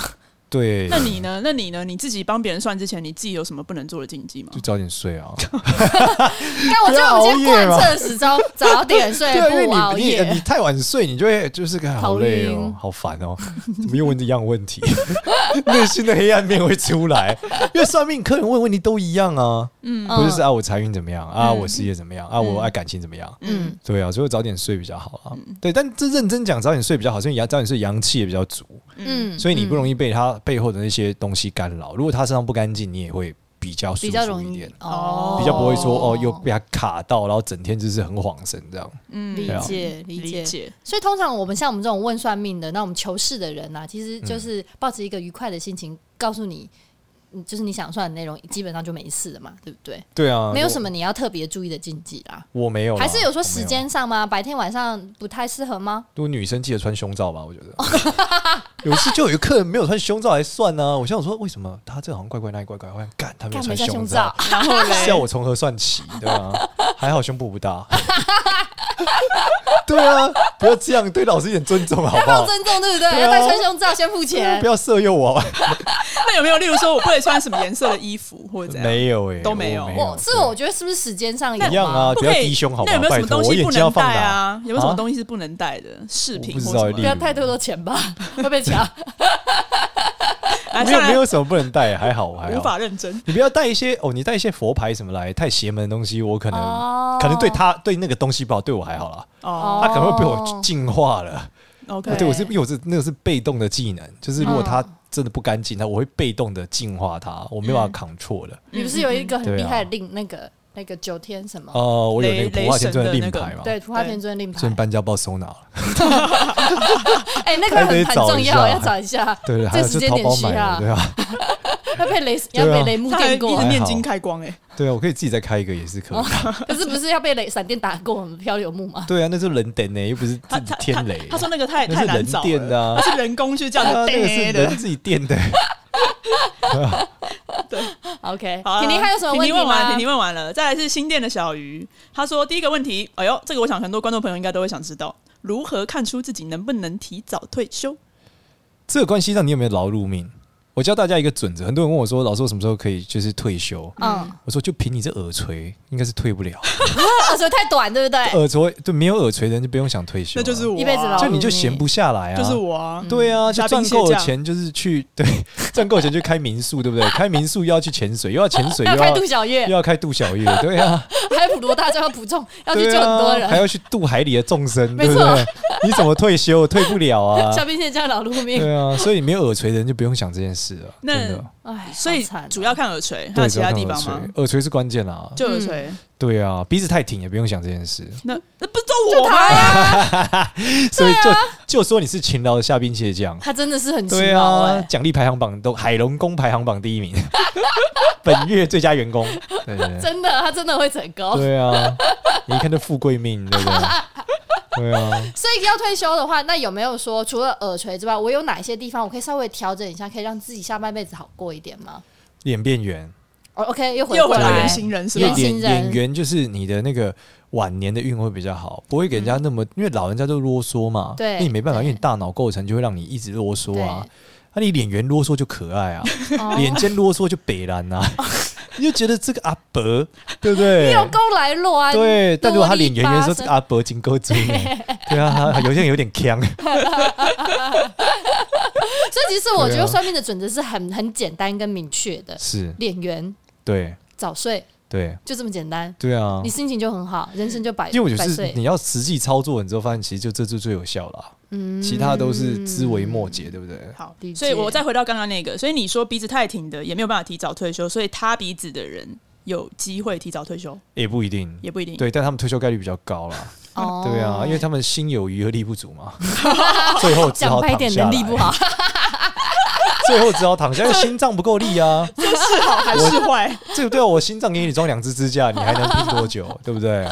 Speaker 3: 对，
Speaker 1: 啊那你呢？那你呢？你自己帮别人算之前，你自己有什么不能做的禁忌吗
Speaker 3: 就？早点睡啊。
Speaker 2: 但我觉得我们今天贯彻始终，早点睡
Speaker 3: 对啊，因为
Speaker 2: 不熬
Speaker 3: 你你你
Speaker 2: 夜。
Speaker 3: 太晚睡，你就会就是个好累
Speaker 2: 头
Speaker 3: 哦
Speaker 2: 晕，
Speaker 3: 好烦哦， [laughs] 怎么又问一样问题？ [laughs] 内心的黑暗面会出来， [laughs] 因为算命客人问问题都一样啊，
Speaker 1: 嗯
Speaker 3: 不就是啊我财运怎么样啊，
Speaker 1: 嗯
Speaker 3: 我事业怎么样啊，我爱感情怎么样？
Speaker 2: 嗯，
Speaker 3: 对啊，所以我早点睡比较好啊。对，但这认真讲，早点睡比较好，所以阳早点睡阳气也比较足，
Speaker 2: 嗯，
Speaker 3: 所以你不容易被他背后的那些东西干扰。如果他身上不干净，你也会比较舒
Speaker 2: 比较
Speaker 3: 服
Speaker 2: 容
Speaker 3: 一
Speaker 2: 易
Speaker 3: 点，
Speaker 2: 哦，
Speaker 3: 比较不会说哦又被他卡到，然后整天就是很恍神这样。
Speaker 1: 嗯
Speaker 2: 理
Speaker 3: 对啊
Speaker 2: 解理
Speaker 1: 理
Speaker 2: 解。
Speaker 1: 解，
Speaker 2: 所以通常我们像我们这种问算命的，那我们求事的人呐、啊其实
Speaker 3: 嗯
Speaker 2: 就是抱着一个愉快的心情，告诉你。嗯就是你想算的内容，基本上就没事了嘛，对不对？
Speaker 3: 对啊，
Speaker 2: 没有
Speaker 3: 我
Speaker 2: 什么你要特别注意的禁忌啦。
Speaker 3: 我没有啦，
Speaker 2: 还是有说
Speaker 3: 我没
Speaker 2: 时间上吗？白天晚上不太适合吗？
Speaker 3: 如果女生记得穿胸罩吧，我觉得。 [laughs] 有一次就有一个客人没有穿胸罩还算呢、我想说为什么他这好像怪怪那里怪怪，我想干他没
Speaker 2: 干
Speaker 3: 有穿
Speaker 2: 没穿
Speaker 3: 胸
Speaker 2: 胸罩
Speaker 3: 罩，，
Speaker 1: 然后嘞，
Speaker 3: [laughs] 笑我从何算起，对吧、还好胸部不大。 [laughs] 对啊，不要这样，对老师一点尊重好
Speaker 2: 要
Speaker 3: 不
Speaker 2: 不
Speaker 1: [laughs]
Speaker 2: 要
Speaker 3: 好？
Speaker 2: 尊重，对不对？
Speaker 3: 对啊啊
Speaker 2: 要不要穿胸罩先付钱
Speaker 3: 不？要色诱我，
Speaker 1: [laughs] 那有没有例如说我不能穿什么颜色的衣服或者怎样？
Speaker 3: 没有哎、
Speaker 1: 都
Speaker 3: 我
Speaker 1: 没有
Speaker 3: 没
Speaker 2: 我
Speaker 3: 有，
Speaker 2: 是我觉得是不是时间上有
Speaker 3: 一样
Speaker 2: 吗
Speaker 3: 啊，
Speaker 1: 不
Speaker 3: 不
Speaker 1: 可
Speaker 3: 要
Speaker 1: 以
Speaker 3: 低胸好
Speaker 1: 那有
Speaker 3: 吗？
Speaker 1: 没有什
Speaker 3: 拜
Speaker 1: 么
Speaker 3: 托，
Speaker 1: 东
Speaker 3: 我
Speaker 1: 西
Speaker 3: 眼
Speaker 1: 不
Speaker 3: 睛要
Speaker 1: 能
Speaker 3: 放
Speaker 1: 带
Speaker 3: 大。
Speaker 1: 啊？有没有什么
Speaker 3: 啊
Speaker 1: 东西是不能带的？饰品
Speaker 3: 我不
Speaker 1: 或
Speaker 3: 知
Speaker 1: 什
Speaker 3: 道
Speaker 1: 么的？
Speaker 2: 不
Speaker 3: 例
Speaker 2: 要太多的钱吧， [laughs] 会被抢。
Speaker 3: 啊
Speaker 1: 来，
Speaker 3: 没有
Speaker 1: 上
Speaker 3: 没
Speaker 1: 来
Speaker 3: 有什么不能带，还好我还
Speaker 1: 无
Speaker 3: 好。
Speaker 1: 法认真。
Speaker 3: 你不要带一些哦，你带一些佛牌什么来，太邪门的东西，我可能、
Speaker 2: 哦
Speaker 3: 可能对他对那个东西不好，对我还好啦。
Speaker 1: 哦
Speaker 3: 他可能会被我
Speaker 2: 哦
Speaker 3: 净化了。
Speaker 1: ，OK，
Speaker 3: 对我是因为我是那个是被动的技能，就是
Speaker 1: 嗯
Speaker 3: 如果他真的不干净，那我会被动的净化他，我没办法
Speaker 1: 嗯
Speaker 3: control 的。
Speaker 2: 你不是有一个很
Speaker 3: 对啊
Speaker 2: 厉害的令那个那个九天什么？
Speaker 3: 哦，我有那
Speaker 1: 雷
Speaker 3: 个普化天尊的
Speaker 1: 雷
Speaker 3: 令
Speaker 1: 神的那
Speaker 3: 牌
Speaker 1: 个
Speaker 3: 嘛，
Speaker 2: 对，，图画
Speaker 1: 对
Speaker 2: 天尊令牌
Speaker 3: 所以。搬家不知道收哪了。
Speaker 2: 哎，那个
Speaker 3: 还得
Speaker 2: 很很
Speaker 3: 找
Speaker 2: 重
Speaker 3: 一
Speaker 2: 要，
Speaker 3: 下
Speaker 2: 要找一下。
Speaker 3: 对对，还有
Speaker 2: 这时
Speaker 3: 是
Speaker 2: 间
Speaker 3: 淘
Speaker 2: 点
Speaker 3: 宝
Speaker 2: 需
Speaker 3: 买
Speaker 2: 要
Speaker 3: 的，对啊，
Speaker 2: 要被雷
Speaker 3: 对
Speaker 2: 要
Speaker 3: 啊
Speaker 2: 被雷木
Speaker 1: 他还一
Speaker 2: 电过
Speaker 1: 直，念
Speaker 3: 还好
Speaker 1: 经开光哎，
Speaker 3: 对啊，我可以自己再开一个也是
Speaker 1: 哦
Speaker 3: 可以。
Speaker 2: [laughs] 可是不是要被雷闪电打过我们漂流木吗？
Speaker 3: 对啊，那是人等呢，又不是自己天雷。
Speaker 1: 他说那个太
Speaker 3: 那
Speaker 1: 太
Speaker 3: 是
Speaker 1: 难
Speaker 3: 人
Speaker 1: 找
Speaker 3: 电
Speaker 1: 了，
Speaker 3: 的
Speaker 1: [laughs]
Speaker 3: 啊
Speaker 1: 他，是人工去这样
Speaker 3: 啊那个是
Speaker 1: 叮的
Speaker 3: 人。自己电的。
Speaker 2: OK，
Speaker 1: 好啊，
Speaker 2: 婷婷还有什么
Speaker 1: 婷
Speaker 2: 问题
Speaker 1: 婷问完，
Speaker 2: 吗
Speaker 1: 婷？婷问完了，再来是新店的小鱼，他说第一个问题，哎呦，这个我想很多观众朋友应该都会想知道，如何看出自己能不能提早退休？
Speaker 3: 这个关系到你有没有劳碌命？我教大家一个准则，很多人问我说，老师我什么时候可以就是退休？
Speaker 2: 嗯，
Speaker 3: 我说就凭你这耳垂，应该是退不了。
Speaker 2: 二手啊太短，对不对？
Speaker 3: 耳垂对没有耳垂的人就不用想退休
Speaker 1: 那
Speaker 3: 了，
Speaker 1: 就是我啊，
Speaker 2: 一辈子劳
Speaker 3: 就你就闲不下来啊，
Speaker 1: 就是我啊，
Speaker 3: 对啊，就
Speaker 1: 虾兵
Speaker 3: 赚
Speaker 1: 蟹
Speaker 3: 够了
Speaker 1: 将
Speaker 3: 钱就是去对， [laughs] 赚够钱就开民宿，对不对？开民宿又要去潜水，又要潜
Speaker 2: [laughs]
Speaker 3: 水，
Speaker 2: 还
Speaker 3: 又
Speaker 2: 要开
Speaker 3: 要
Speaker 2: 杜小月
Speaker 3: 又，要开杜小月，对啊，
Speaker 2: 还有普罗大众，要普
Speaker 3: [laughs]
Speaker 2: 众，要去
Speaker 3: 对
Speaker 2: 救很多
Speaker 3: 啊，还
Speaker 2: [laughs] 人。
Speaker 3: 要去渡海里的众生，
Speaker 2: 没
Speaker 3: 对不
Speaker 2: 错
Speaker 3: 对？ [laughs] 你怎么退休？退不
Speaker 2: [laughs]
Speaker 3: 了啊，
Speaker 2: 小兵现在老路命，
Speaker 3: 对啊，所以没有耳垂的人就不用想这件事了，
Speaker 1: 那
Speaker 3: 真的。
Speaker 2: 哎，
Speaker 1: 所以
Speaker 2: 好惨哦
Speaker 1: 主要看耳垂，还
Speaker 3: 对，
Speaker 1: 有其他地方
Speaker 3: 只要
Speaker 1: 吗
Speaker 3: 看耳？垂？耳垂是关键啊，
Speaker 1: 就耳垂，
Speaker 2: 嗯
Speaker 3: 对啊，鼻子太挺也不用想这件事，
Speaker 1: 那那不都我吗？
Speaker 2: 啊
Speaker 1: 啊
Speaker 3: 所以就就说你是勤劳的虾兵蟹将。
Speaker 2: 他真的是很勤
Speaker 3: 对
Speaker 2: 劳
Speaker 3: 啊
Speaker 1: 欸
Speaker 2: 哎，。
Speaker 3: 奖励排行榜都海龙宫排行榜第一名， [laughs] 本月最
Speaker 1: [laughs]
Speaker 3: 佳员工。对对对，
Speaker 2: 真的，他真的会成功。
Speaker 3: 对啊，你一看就富贵命，对不对？对啊，
Speaker 2: 所以要退休的话，那有没有说除了耳垂之外，我有哪些地方我可以稍微调整一下，可以让自己下半辈子好过一点吗？
Speaker 3: 脸变圆，
Speaker 2: 哦，OK，又回
Speaker 1: 又回
Speaker 2: 过
Speaker 1: 来
Speaker 2: 来
Speaker 1: 原型人是
Speaker 2: 原
Speaker 1: 吧？
Speaker 2: 型
Speaker 3: 脸
Speaker 2: 人
Speaker 3: 脸圆就是你的那个晚年的运会比较好，不会给人家那么，因为老人家都啰嗦嘛。
Speaker 2: 嗯对
Speaker 3: 那你没办法，
Speaker 2: 对
Speaker 3: 因为你大脑构成就会让你一直啰嗦啊
Speaker 2: 对。
Speaker 3: 那、你脸圆啰嗦就可爱啊，
Speaker 2: [laughs] 哦
Speaker 3: 脸尖啰嗦就北蓝啊， [laughs] 你就觉得这个阿
Speaker 2: [laughs]
Speaker 3: 伯对不对？
Speaker 2: 你有够来落啊！
Speaker 3: 对，但如果他脸圆圆的时候，啊这
Speaker 2: 多
Speaker 3: 个阿伯金钩追呢， [laughs] 对啊，
Speaker 2: [laughs]
Speaker 3: 他有些人有点呛，
Speaker 2: 所以其实我觉
Speaker 3: 对
Speaker 2: 得
Speaker 3: 啊
Speaker 2: 算命的准则是很很简单跟明确的，
Speaker 3: 是，
Speaker 2: 脸圆、
Speaker 3: 对，
Speaker 2: 早睡，
Speaker 3: 对，
Speaker 2: 就这么简单，
Speaker 3: 对啊
Speaker 2: 你，心情就很好，人生就百
Speaker 3: 因为我觉
Speaker 2: 百
Speaker 3: 得是
Speaker 2: 岁。
Speaker 3: 你要实际操作，你之后发现其实就这就最有效了，啊
Speaker 2: 嗯
Speaker 3: 其他都是枝微末节，对不对？
Speaker 1: 好
Speaker 2: 理，
Speaker 1: 所以
Speaker 2: 解
Speaker 1: 我再回到刚刚那个，所以你说鼻子太挺的也没有办法提早退休，所以塌鼻子的人有机会提早退休，
Speaker 3: 也不一定，
Speaker 1: 也不一定。
Speaker 3: 对，但他们退休概率比较高啦，
Speaker 2: 哦
Speaker 3: [laughs] 对啊，因为他们心有余而力不足
Speaker 2: [laughs]
Speaker 3: 嘛，最后只
Speaker 2: 讲
Speaker 3: 好
Speaker 2: 白一
Speaker 3: 躺
Speaker 2: 点，
Speaker 3: 下
Speaker 2: 能力
Speaker 3: 来
Speaker 2: 不，好，
Speaker 3: [laughs] 最后只好躺下，因为心脏不够力啊，
Speaker 1: 是
Speaker 2: [laughs]
Speaker 1: 好还是坏？
Speaker 3: 这个对啊，我心脏给你装两只支架，你还能拼多
Speaker 2: [laughs]
Speaker 3: 久？对不对？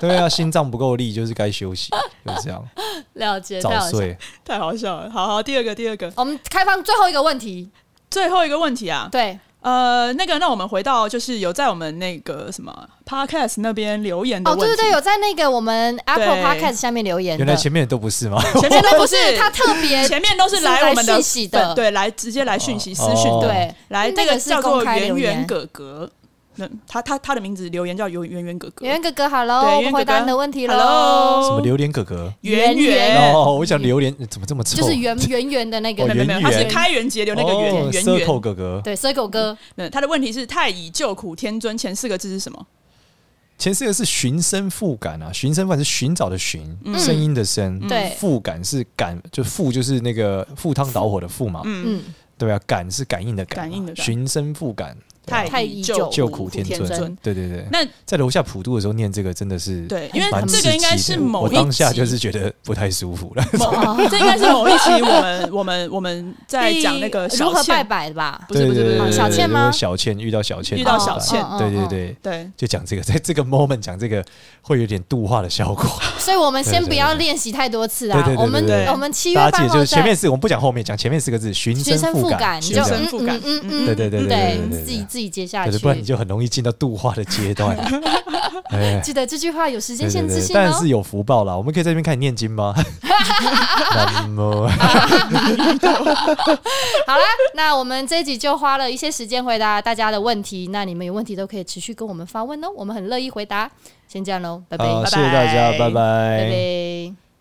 Speaker 3: 对啊，心脏不够力就是该休息，就是这样，
Speaker 2: [laughs] 了解
Speaker 3: 早
Speaker 2: 了解。
Speaker 3: 睡。
Speaker 1: 太好笑了。好好，第二个，第二个，
Speaker 2: 我们开放最后一个问题，
Speaker 1: 最后一个问题啊，
Speaker 2: 对，
Speaker 1: 呃，那个，那我们回到就是有在我们那个什么 podcast 那边留言的
Speaker 2: 哦，
Speaker 1: 问题，
Speaker 2: 对对对，有在那个我们 Apple
Speaker 1: 对
Speaker 2: Podcast 下面留言的，
Speaker 3: 原来前面的都不是吗？
Speaker 1: 前面都
Speaker 2: 不
Speaker 1: 不
Speaker 2: 是
Speaker 1: 是
Speaker 2: 他特别
Speaker 1: 前面都是来我们
Speaker 2: 是来
Speaker 1: 的
Speaker 2: 讯息的
Speaker 1: 粉对，来直接来讯息
Speaker 3: 哦
Speaker 1: 私讯
Speaker 3: 哦
Speaker 1: 的，
Speaker 2: 对
Speaker 1: 来
Speaker 2: 那
Speaker 1: 这
Speaker 2: 个
Speaker 1: 个
Speaker 2: 是
Speaker 1: 叫
Speaker 2: 公
Speaker 1: 做
Speaker 2: 开留
Speaker 1: 圆
Speaker 2: 言
Speaker 1: 圆哥哥，那他他他的名字留言叫圆圆圆哥哥，
Speaker 2: 圆圆哥哥，Hello，
Speaker 1: 对
Speaker 2: 我
Speaker 1: 圆
Speaker 2: 们
Speaker 1: 圆
Speaker 2: 回答
Speaker 1: 哥哥
Speaker 2: 你的问题喽。
Speaker 1: Hello
Speaker 3: 什么榴莲哥哥？
Speaker 1: 圆
Speaker 2: 圆
Speaker 1: 圆
Speaker 2: 圆，
Speaker 3: 哦，我想榴莲怎么这么臭？
Speaker 2: 哦就是圆圆圆的那个
Speaker 3: 哦
Speaker 1: 没有没有，
Speaker 3: 圆
Speaker 1: 他是
Speaker 3: 圆
Speaker 1: 开源节流那个
Speaker 3: 哦
Speaker 1: 圆圆圆
Speaker 3: circle。哥哥。
Speaker 2: 对 circle 哥，
Speaker 1: 嗯，他的问题是太乙救苦天尊前四个字是什么？
Speaker 3: 前四个是寻声复感啊，寻声复感是寻找的寻，
Speaker 2: 嗯
Speaker 3: 声音的声，
Speaker 1: 嗯
Speaker 2: 对
Speaker 3: 复感是感，就复就是那个赴汤蹈火的赴嘛，
Speaker 1: 嗯，
Speaker 2: 嗯，
Speaker 3: 对啊，感是感应的感嘛，
Speaker 1: 感应的感
Speaker 3: 寻声复感，对啊
Speaker 1: 太
Speaker 2: 太乙
Speaker 1: 乙
Speaker 2: 救
Speaker 3: 救
Speaker 1: 苦
Speaker 3: 苦天
Speaker 1: 天
Speaker 3: 尊，。对对对。
Speaker 1: 那
Speaker 3: 在楼下普渡的时候念这个真的是
Speaker 1: 对，因为
Speaker 3: 蛮
Speaker 1: 这
Speaker 3: 刺
Speaker 1: 个应该
Speaker 3: 激
Speaker 1: 是
Speaker 3: 的
Speaker 1: 某
Speaker 3: 我
Speaker 1: 一
Speaker 3: 当下就
Speaker 1: 集
Speaker 3: 是觉得不太舒服了。
Speaker 1: 某，
Speaker 2: [laughs]
Speaker 1: 这应该是某一期我们我们我们在讲那个
Speaker 2: 第哎如
Speaker 1: 小
Speaker 2: 何拜
Speaker 1: 倩，
Speaker 2: 拜的吧？
Speaker 1: 不是不是不是
Speaker 3: 对对对对
Speaker 2: 小倩
Speaker 3: 如
Speaker 2: 吗
Speaker 3: 果小倩遇到小倩，啊
Speaker 1: 遇到
Speaker 2: 哦
Speaker 1: 小倩
Speaker 2: 嗯嗯
Speaker 3: 对对
Speaker 2: 嗯
Speaker 3: 对，
Speaker 1: 对，
Speaker 3: 就讲这个，在这个 moment 讲这个会有点度化的效果。
Speaker 2: 所以我们先
Speaker 3: 对对
Speaker 2: 不要练习太多次啊
Speaker 3: 对对对。对
Speaker 2: 我们
Speaker 1: 对
Speaker 2: 我们七月
Speaker 3: 大
Speaker 2: 八
Speaker 3: 家记得就
Speaker 2: 号
Speaker 3: 是前面
Speaker 2: 在
Speaker 3: 四个，我们不讲后面，讲前面四个字，寻
Speaker 2: 学生
Speaker 3: 声
Speaker 2: 复
Speaker 3: 感，
Speaker 2: 你
Speaker 3: 寻
Speaker 2: 就
Speaker 1: 学
Speaker 2: 嗯
Speaker 1: 生复感
Speaker 2: 嗯嗯嗯，
Speaker 3: 对对对
Speaker 2: 嗯
Speaker 3: 对对对对
Speaker 2: 自己自己接下
Speaker 3: 对
Speaker 2: 去
Speaker 3: 对，，不然你就很容易进到度化的
Speaker 2: [laughs]
Speaker 3: 阶段。哎，
Speaker 2: 记得这句话有时间
Speaker 3: 对对
Speaker 2: 限制
Speaker 3: 对，
Speaker 2: 性
Speaker 3: 但
Speaker 2: 哦。
Speaker 3: 是有福报啦。我们可以在这边看你念
Speaker 2: [laughs]
Speaker 3: 经吗？南无
Speaker 2: 好啦，那我们这一集就花了一些时间回答大家的问题，那你们有问题都可以持续跟我们发问哦，我们很乐意回答。先这样喽，拜拜，
Speaker 3: 好，
Speaker 1: 拜
Speaker 3: 谢谢大家，
Speaker 1: 拜
Speaker 3: 拜
Speaker 2: 拜拜。